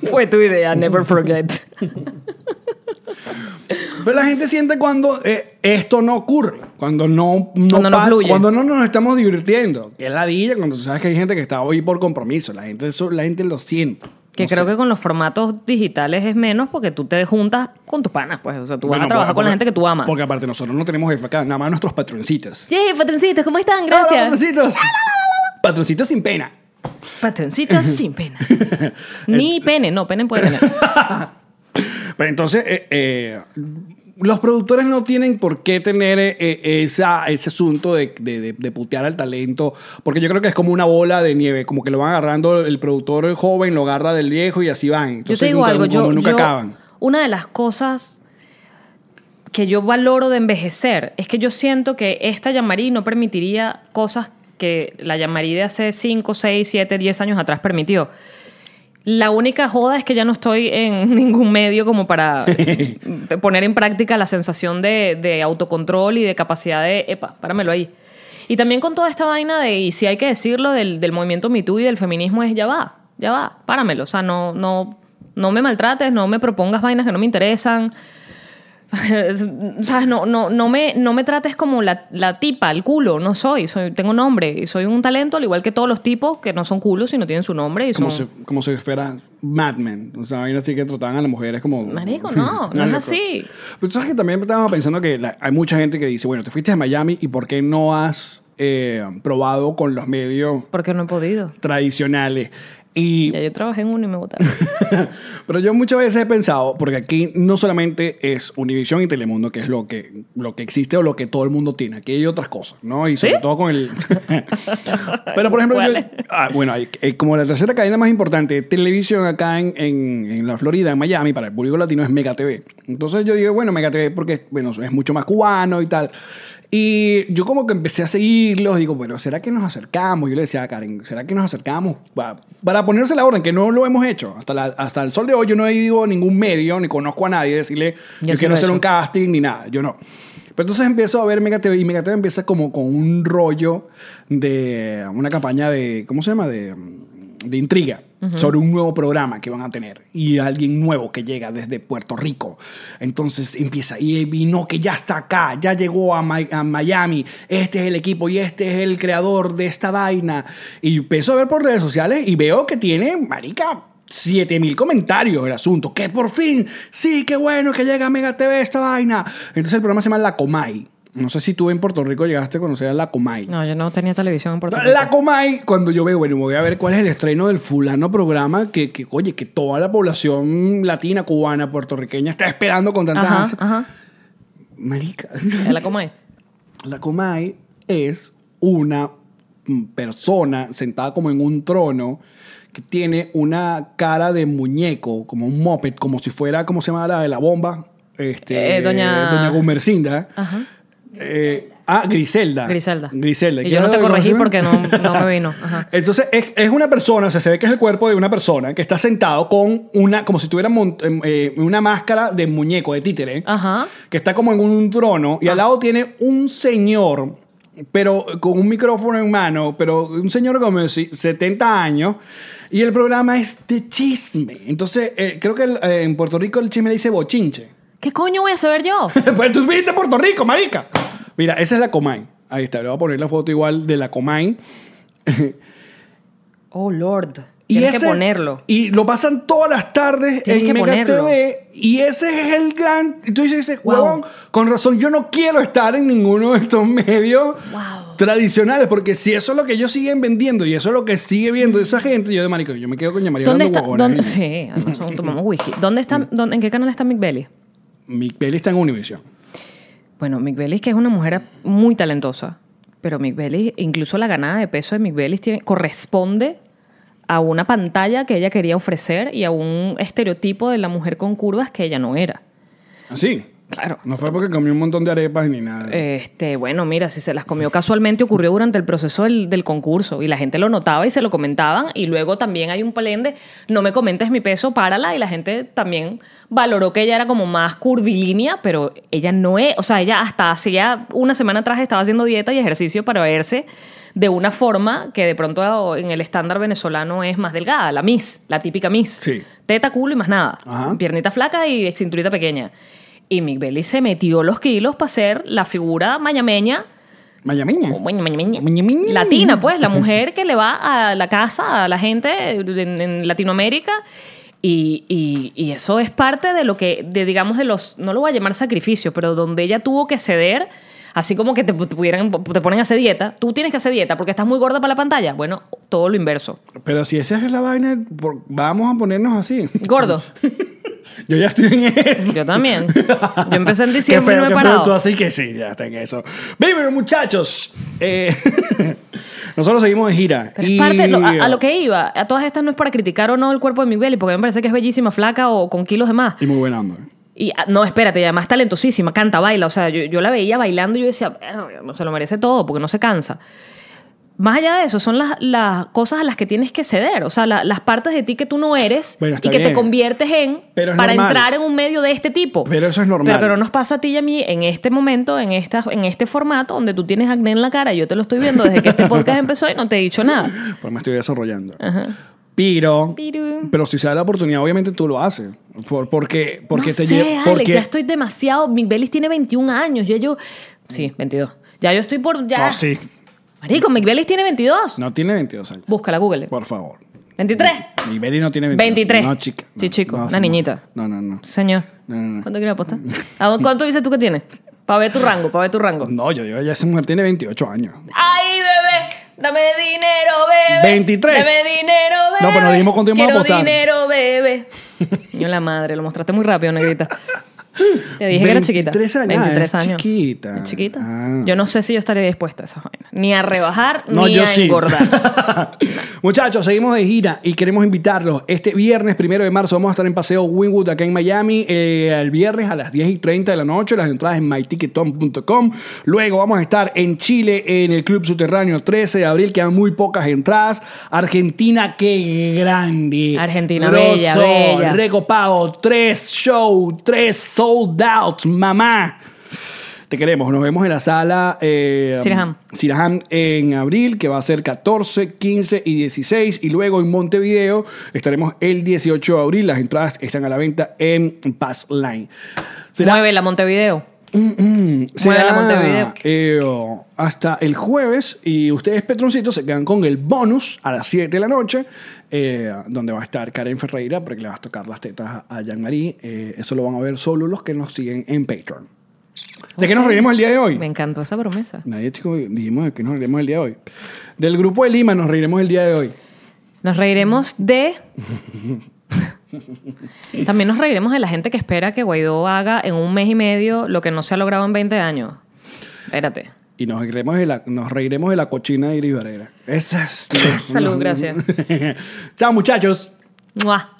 Speaker 2: Fue tu idea, never forget.
Speaker 1: Pero Pues la gente siente cuando eh, esto no ocurre, cuando no, no
Speaker 2: Cuando no
Speaker 1: pasa-
Speaker 2: fluye.
Speaker 1: cuando no nos estamos divirtiendo. Que es la dilla, cuando tú sabes que hay gente que está hoy por compromiso. La gente, eso, la gente lo siente.
Speaker 2: Que
Speaker 1: No
Speaker 2: creo
Speaker 1: sé.
Speaker 2: que con los formatos digitales es menos porque tú te juntas con tus panas, pues. O sea, tú
Speaker 1: Bueno,
Speaker 2: vas a trabajar
Speaker 1: porque-
Speaker 2: con la gente que tú amas.
Speaker 1: Porque aparte nosotros no tenemos jefe acá, nada más nuestros patroncitos.
Speaker 2: Yay, patroncitos, ¿cómo están?
Speaker 1: Hola,
Speaker 2: Gracias.
Speaker 1: patroncitos! patroncitos sin pena.
Speaker 2: Patroncitos sin
Speaker 1: *laughs*
Speaker 2: pena. Ni pene, no, pene puede tener.
Speaker 1: Pero entonces, eh, eh, los productores no tienen por qué tener eh, esa, ese asunto de, de- de- de putear al talento, porque yo creo que es como una bola de nieve, como que lo van agarrando el productor joven, lo agarra del viejo y así van.
Speaker 2: Yo
Speaker 1: Entonces,
Speaker 2: te digo
Speaker 1: nunca,
Speaker 2: algo, yo,
Speaker 1: como nunca
Speaker 2: yo-
Speaker 1: acaban.
Speaker 2: Una de las cosas que yo valoro de envejecer es que yo siento que esta Yamari no permitiría cosas que la Yamari de hace 5, 6, 7, 10 años atrás permitió. La única joda es que ya no estoy en *laughs* ningún medio como
Speaker 1: *laughs*
Speaker 2: para eh, poner en práctica la sensación de, de autocontrol y de capacidad de, epa, páramelo ahí. Y también con toda esta vaina de, y si hay que decirlo, del, del movimiento Me Too y del feminismo es, ya va, ya va, páramelo. O sea, no, no, no me maltrates, no me propongas vainas que no me interesan. *laughs* ¿Sabes? No, no, no, me, no me trates como la, la tipa, el culo, no soy, soy, tengo nombre, y soy un talento, al igual que todos los tipos que no son culos y no tienen su nombre. Y
Speaker 1: Como,
Speaker 2: son...
Speaker 1: si, como si fuera Mad Men. O sea, vaina así que trataban a las mujeres como... *laughs*
Speaker 2: Marico, no, no es
Speaker 1: loco.
Speaker 2: así.
Speaker 1: Pero tú sabes que también estábamos pensando que la- hay mucha gente que dice, bueno, te fuiste a Miami y ¿por qué no has eh, probado con los medios
Speaker 2: Porque no he podido.
Speaker 1: tradicionales? Y
Speaker 2: Ya yo trabajé en uno y me *laughs* votaron.
Speaker 1: Pero yo muchas veces he pensado, porque aquí no solamente es Univision y Telemundo, que es lo que, lo que existe o lo que todo el mundo tiene. Aquí hay otras cosas, ¿no? Y sobre
Speaker 2: ¿Sí?
Speaker 1: todo con el... Pero por ejemplo, yo-
Speaker 2: ¿Cuáles?
Speaker 1: *laughs* ah, bueno, hay- eh, como la tercera cadena más importante de televisión acá en, en- en la Florida, en Miami, para el público latino es Mega TV. Entonces yo digo, bueno, Mega TV porque bueno, es mucho más cubano y tal. Y yo como que empecé a seguirlos, digo, bueno, ¿será que nos acercamos? Yo le decía a Karen, ¿será que nos acercamos? Pa- Para ponerse la orden, que no lo hemos hecho. Hasta, la- hasta el sol de hoy yo no he ido a ningún medio, ni conozco a nadie, decirle,
Speaker 2: Yo
Speaker 1: yo,
Speaker 2: sí
Speaker 1: quiero
Speaker 2: lo he
Speaker 1: hacer
Speaker 2: hecho.
Speaker 1: un casting, ni nada, yo no. Pero entonces empiezo a ver Mega TV y Mega TV empieza como con un rollo de una campaña de, ¿cómo se llama? De, mm, de intriga sobre un nuevo programa que van a tener y alguien nuevo que llega desde Puerto Rico. Entonces empieza y, y no, que ya está acá, ya llegó a, Mi- a Miami, este es el equipo y este es el creador de esta vaina. Y empiezo a ver por redes sociales y veo que tiene, marica, 7000 comentarios el asunto. Que por fin, sí, qué bueno que llega a Mega TV esta vaina. Entonces el programa se llama La Comay. No sé si tú en Puerto Rico llegaste a conocer a La Comay.
Speaker 2: No, yo no tenía televisión en Puerto Rico.
Speaker 1: La Comay, cuando yo veo, bueno, voy a ver cuál es el estreno del fulano programa que, que, oye, que toda la población latina, cubana, puertorriqueña está esperando con tanta
Speaker 2: Ajá,
Speaker 1: ansia.
Speaker 2: ajá.
Speaker 1: Marica.
Speaker 2: Ya la como ahí.
Speaker 1: La Comay es una mm, persona sentada como en un trono que tiene una cara de muñeco, como un moped, como si fuera, ¿cómo se llama la de la bomba? Este,
Speaker 2: Eh, doña-
Speaker 1: doña Gumercinda.
Speaker 2: Ajá.
Speaker 1: Eh, ah, Griselda.
Speaker 2: Griselda.
Speaker 1: Griselda.
Speaker 2: Y
Speaker 1: ¿Qué
Speaker 2: yo no
Speaker 1: era
Speaker 2: te
Speaker 1: lo que
Speaker 2: corregí
Speaker 1: se llama?
Speaker 2: porque no, no me vino. Ajá.
Speaker 1: *laughs* Entonces es, es una persona, o sea, se ve que es el cuerpo de una persona que está sentado con una, como si tuviera mon- eh, una máscara de muñeco, de títere
Speaker 2: Ajá.
Speaker 1: que está como en un trono y al lado tiene un señor, pero con un micrófono en mano, pero un señor como de si- 70 años. Y el programa es de chisme. Entonces, eh, creo que el- eh, en Puerto Rico el chisme le dice bochinche. *laughs*
Speaker 2: ¿Qué coño voy a saber yo?
Speaker 1: pues tú viviste en Puerto Rico, marica. Mira, esa es la Comay. Ahí está, le voy a poner la foto igual de la Comay.
Speaker 2: Oh, Lord. Tienes
Speaker 1: ese-
Speaker 2: que ponerlo.
Speaker 1: Y lo pasan todas las tardes
Speaker 2: Tienes que
Speaker 1: en Mega
Speaker 2: ponerlo.
Speaker 1: TV. Y ese es el gran. Y tú dices,
Speaker 2: Wow.
Speaker 1: huevón, con razón, yo no quiero estar en ninguno de estos medios
Speaker 2: Wow.
Speaker 1: tradicionales. Porque si eso es lo que ellos siguen vendiendo y eso es lo que sigue viendo esa gente, yo de marico, yo me quedo con María
Speaker 2: Mm. ¿Dónde
Speaker 1: hablando
Speaker 2: está?
Speaker 1: huevonas,
Speaker 2: dónde-
Speaker 1: ¿eh?
Speaker 2: sí, además son- tomamos whisky. ¿Dónde está, dónde- ¿En qué canal está Mick Belly?
Speaker 1: Mi peli está en Univision.
Speaker 2: Bueno, Mick Bellis, que es una mujer muy talentosa, pero Mick Bellis, incluso la ganada de peso de Mick Bellis tiene- corresponde a una pantalla que ella quería ofrecer y a un estereotipo de la mujer con curvas que ella no era.
Speaker 1: Así.
Speaker 2: Claro.
Speaker 1: No fue porque comí un montón de arepas ni nada.
Speaker 2: Este, bueno, mira, si se las comió casualmente ocurrió durante el proceso del, del concurso y la gente lo notaba y se lo comentaban y luego también hay un plan de no me comentes mi peso, párala y la gente también valoró que ella era como más curvilínea, pero ella no es, o sea, ella hasta hacía una semana atrás estaba haciendo dieta y ejercicio para verse de una forma que de pronto en el estándar venezolano es más delgada, la Miss, la típica Miss.
Speaker 1: Sí.
Speaker 2: Teta, culo y más nada.
Speaker 1: Ajá.
Speaker 2: Piernita flaca y cinturita pequeña. Y Mick Belly se metió los kilos para ser la figura mañameña,
Speaker 1: Mayameña.
Speaker 2: o Oh, bueno, mañameña,
Speaker 1: Mañameña.
Speaker 2: latina,
Speaker 1: *laughs*
Speaker 2: pues, la mujer que le va a la casa, a la gente en, en Latinoamérica. Y, y- y eso es parte de lo que, de, digamos, de los, no lo voy a llamar sacrificio, pero donde ella tuvo que ceder, así como que te, pu- te pudieran, te ponen a hacer dieta, tú tienes que hacer dieta porque estás muy gorda para la pantalla. Bueno, todo lo inverso.
Speaker 1: *laughs* Pero si esa es la vaina, por- vamos a ponernos así.
Speaker 2: Gordo.
Speaker 1: Yo ya estoy en eso.
Speaker 2: Yo también. Yo empecé en
Speaker 1: *laughs* Qué
Speaker 2: diciembre y
Speaker 1: feo
Speaker 2: no he
Speaker 1: que
Speaker 2: parado.
Speaker 1: preguntó así que sí, ya está en eso. Baby, muchachos. eh, *laughs* nosotros seguimos de gira.
Speaker 2: Pero es
Speaker 1: y-
Speaker 2: parte, lo- a, a lo que iba, a todas estas no es para criticar o no el cuerpo de Mick Bailey, porque a mí me parece que es bellísima, flaca o con kilos de más.
Speaker 1: Y muy buena onda.
Speaker 2: Y ah, no, espérate, y además talentosísima, canta, baila. O sea, yo, yo la veía bailando y yo decía, "Verga, se lo merece todo porque no se cansa. Más allá de eso, son las, las cosas a las que tienes que ceder. O sea, la- las partes de ti que tú no eres
Speaker 1: Bueno, está
Speaker 2: y que
Speaker 1: bien.
Speaker 2: te conviertes en
Speaker 1: Pero es
Speaker 2: para
Speaker 1: normal.
Speaker 2: entrar en un medio de este tipo.
Speaker 1: Pero eso es normal.
Speaker 2: Pero, pero nos pasa a ti y a mí en este momento, en, esta, en este formato donde tú tienes acné en la cara. y Yo te lo estoy viendo desde que este podcast *laughs* empezó y no te he dicho nada.
Speaker 1: Porque me estoy desarrollando. Pero,
Speaker 2: Piru.
Speaker 1: pero si se da la oportunidad, obviamente tú lo haces. Por, porque porque
Speaker 2: no
Speaker 1: te
Speaker 2: sé,
Speaker 1: lle-
Speaker 2: Alex,
Speaker 1: porque-
Speaker 2: ya estoy demasiado. Mick Bellis tiene 21 años. Ya yo. Sí, 22. Ya yo estoy por. Ya.
Speaker 1: No, sí.
Speaker 2: Marico, Mick Bellis tiene 22.
Speaker 1: No tiene 22 años.
Speaker 2: Búscala, Google.
Speaker 1: Por favor.
Speaker 2: 23.
Speaker 1: Mi Beli no tiene 22.
Speaker 2: 23.
Speaker 1: No, chica. No,
Speaker 2: Sí, chico,
Speaker 1: no,
Speaker 2: una
Speaker 1: señor.
Speaker 2: niñita.
Speaker 1: No, no, no.
Speaker 2: Señor.
Speaker 1: No, no, no.
Speaker 2: ¿Cuánto quieres
Speaker 1: *laughs*
Speaker 2: apostar? ¿A dónde- ¿Cuánto dices tú que tiene? Para ver tu rango, para ver tu rango.
Speaker 1: No, yo digo, ya esa mujer tiene 28 años.
Speaker 2: ¡Ay, bebé! Dame dinero, bebé.
Speaker 1: 23.
Speaker 2: Dame dinero, bebé.
Speaker 1: No, pero no dijimos cuánto íbamos a
Speaker 2: Quiero
Speaker 1: apostar.
Speaker 2: dinero, bebé. Yo la madre, lo mostraste muy rápido, negrita. Te dije que era chiquita.
Speaker 1: 23 años. Ah, es
Speaker 2: años.
Speaker 1: chiquita.
Speaker 2: Es chiquita.
Speaker 1: Ah.
Speaker 2: Yo no sé si yo estaría dispuesta a esa vaina. Ni a rebajar,
Speaker 1: No,
Speaker 2: ni
Speaker 1: yo
Speaker 2: a
Speaker 1: sí.
Speaker 2: engordar.
Speaker 1: Muchachos, seguimos de gira y queremos invitarlos. Este viernes, primero de marzo, vamos a estar en Paseo Winwood acá en Miami. eh, el viernes a las 10 y 30 de la noche, las entradas en myticketom.com. Luego vamos a estar en Chile, en el Club Subterráneo, 13 de abril. Quedan muy pocas entradas. Argentina, qué grande.
Speaker 2: Argentina, bella, bella.
Speaker 1: Recopado, tres show, tres sold outs, mamá. Te queremos. Nos vemos en la sala. eh,
Speaker 2: Sirham.
Speaker 1: Sirham en abril, que va a ser 14, 15 y 16. Y luego en Montevideo estaremos el 18 de abril. Las entradas están a la venta en Pass Line. *laughs* Será,
Speaker 2: Mueve la Montevideo.
Speaker 1: Mm, será,
Speaker 2: Montevideo.
Speaker 1: eh, oh, hasta el jueves. Y ustedes, Petroncitos, se quedan con el bonus a las 7 de la noche, eh, donde va a estar Karen Ferreira, porque le vas a tocar las tetas a Jean-Marie. Eh, eso lo van a ver solo los que nos siguen en Patreon. ¿De qué nos reiremos el día de hoy?
Speaker 2: Me encantó esa promesa.
Speaker 1: Nadie, chicos, dijimos de que nos reiremos el día de hoy. Del grupo de Lima nos reiremos el día de hoy.
Speaker 2: Nos reiremos
Speaker 1: *laughs*
Speaker 2: de. También nos reiremos de la gente que espera que Guaidó haga en un mes y medio lo que no se ha logrado en 20 años. Espérate.
Speaker 1: Y nos reiremos de la, nos reiremos de la cochina de Iris Barrera. Esa es...
Speaker 2: *laughs* Salud, gracias.
Speaker 1: *laughs* Chao, muchachos.
Speaker 2: ¡Mua!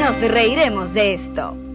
Speaker 3: Nos reiremos de esto.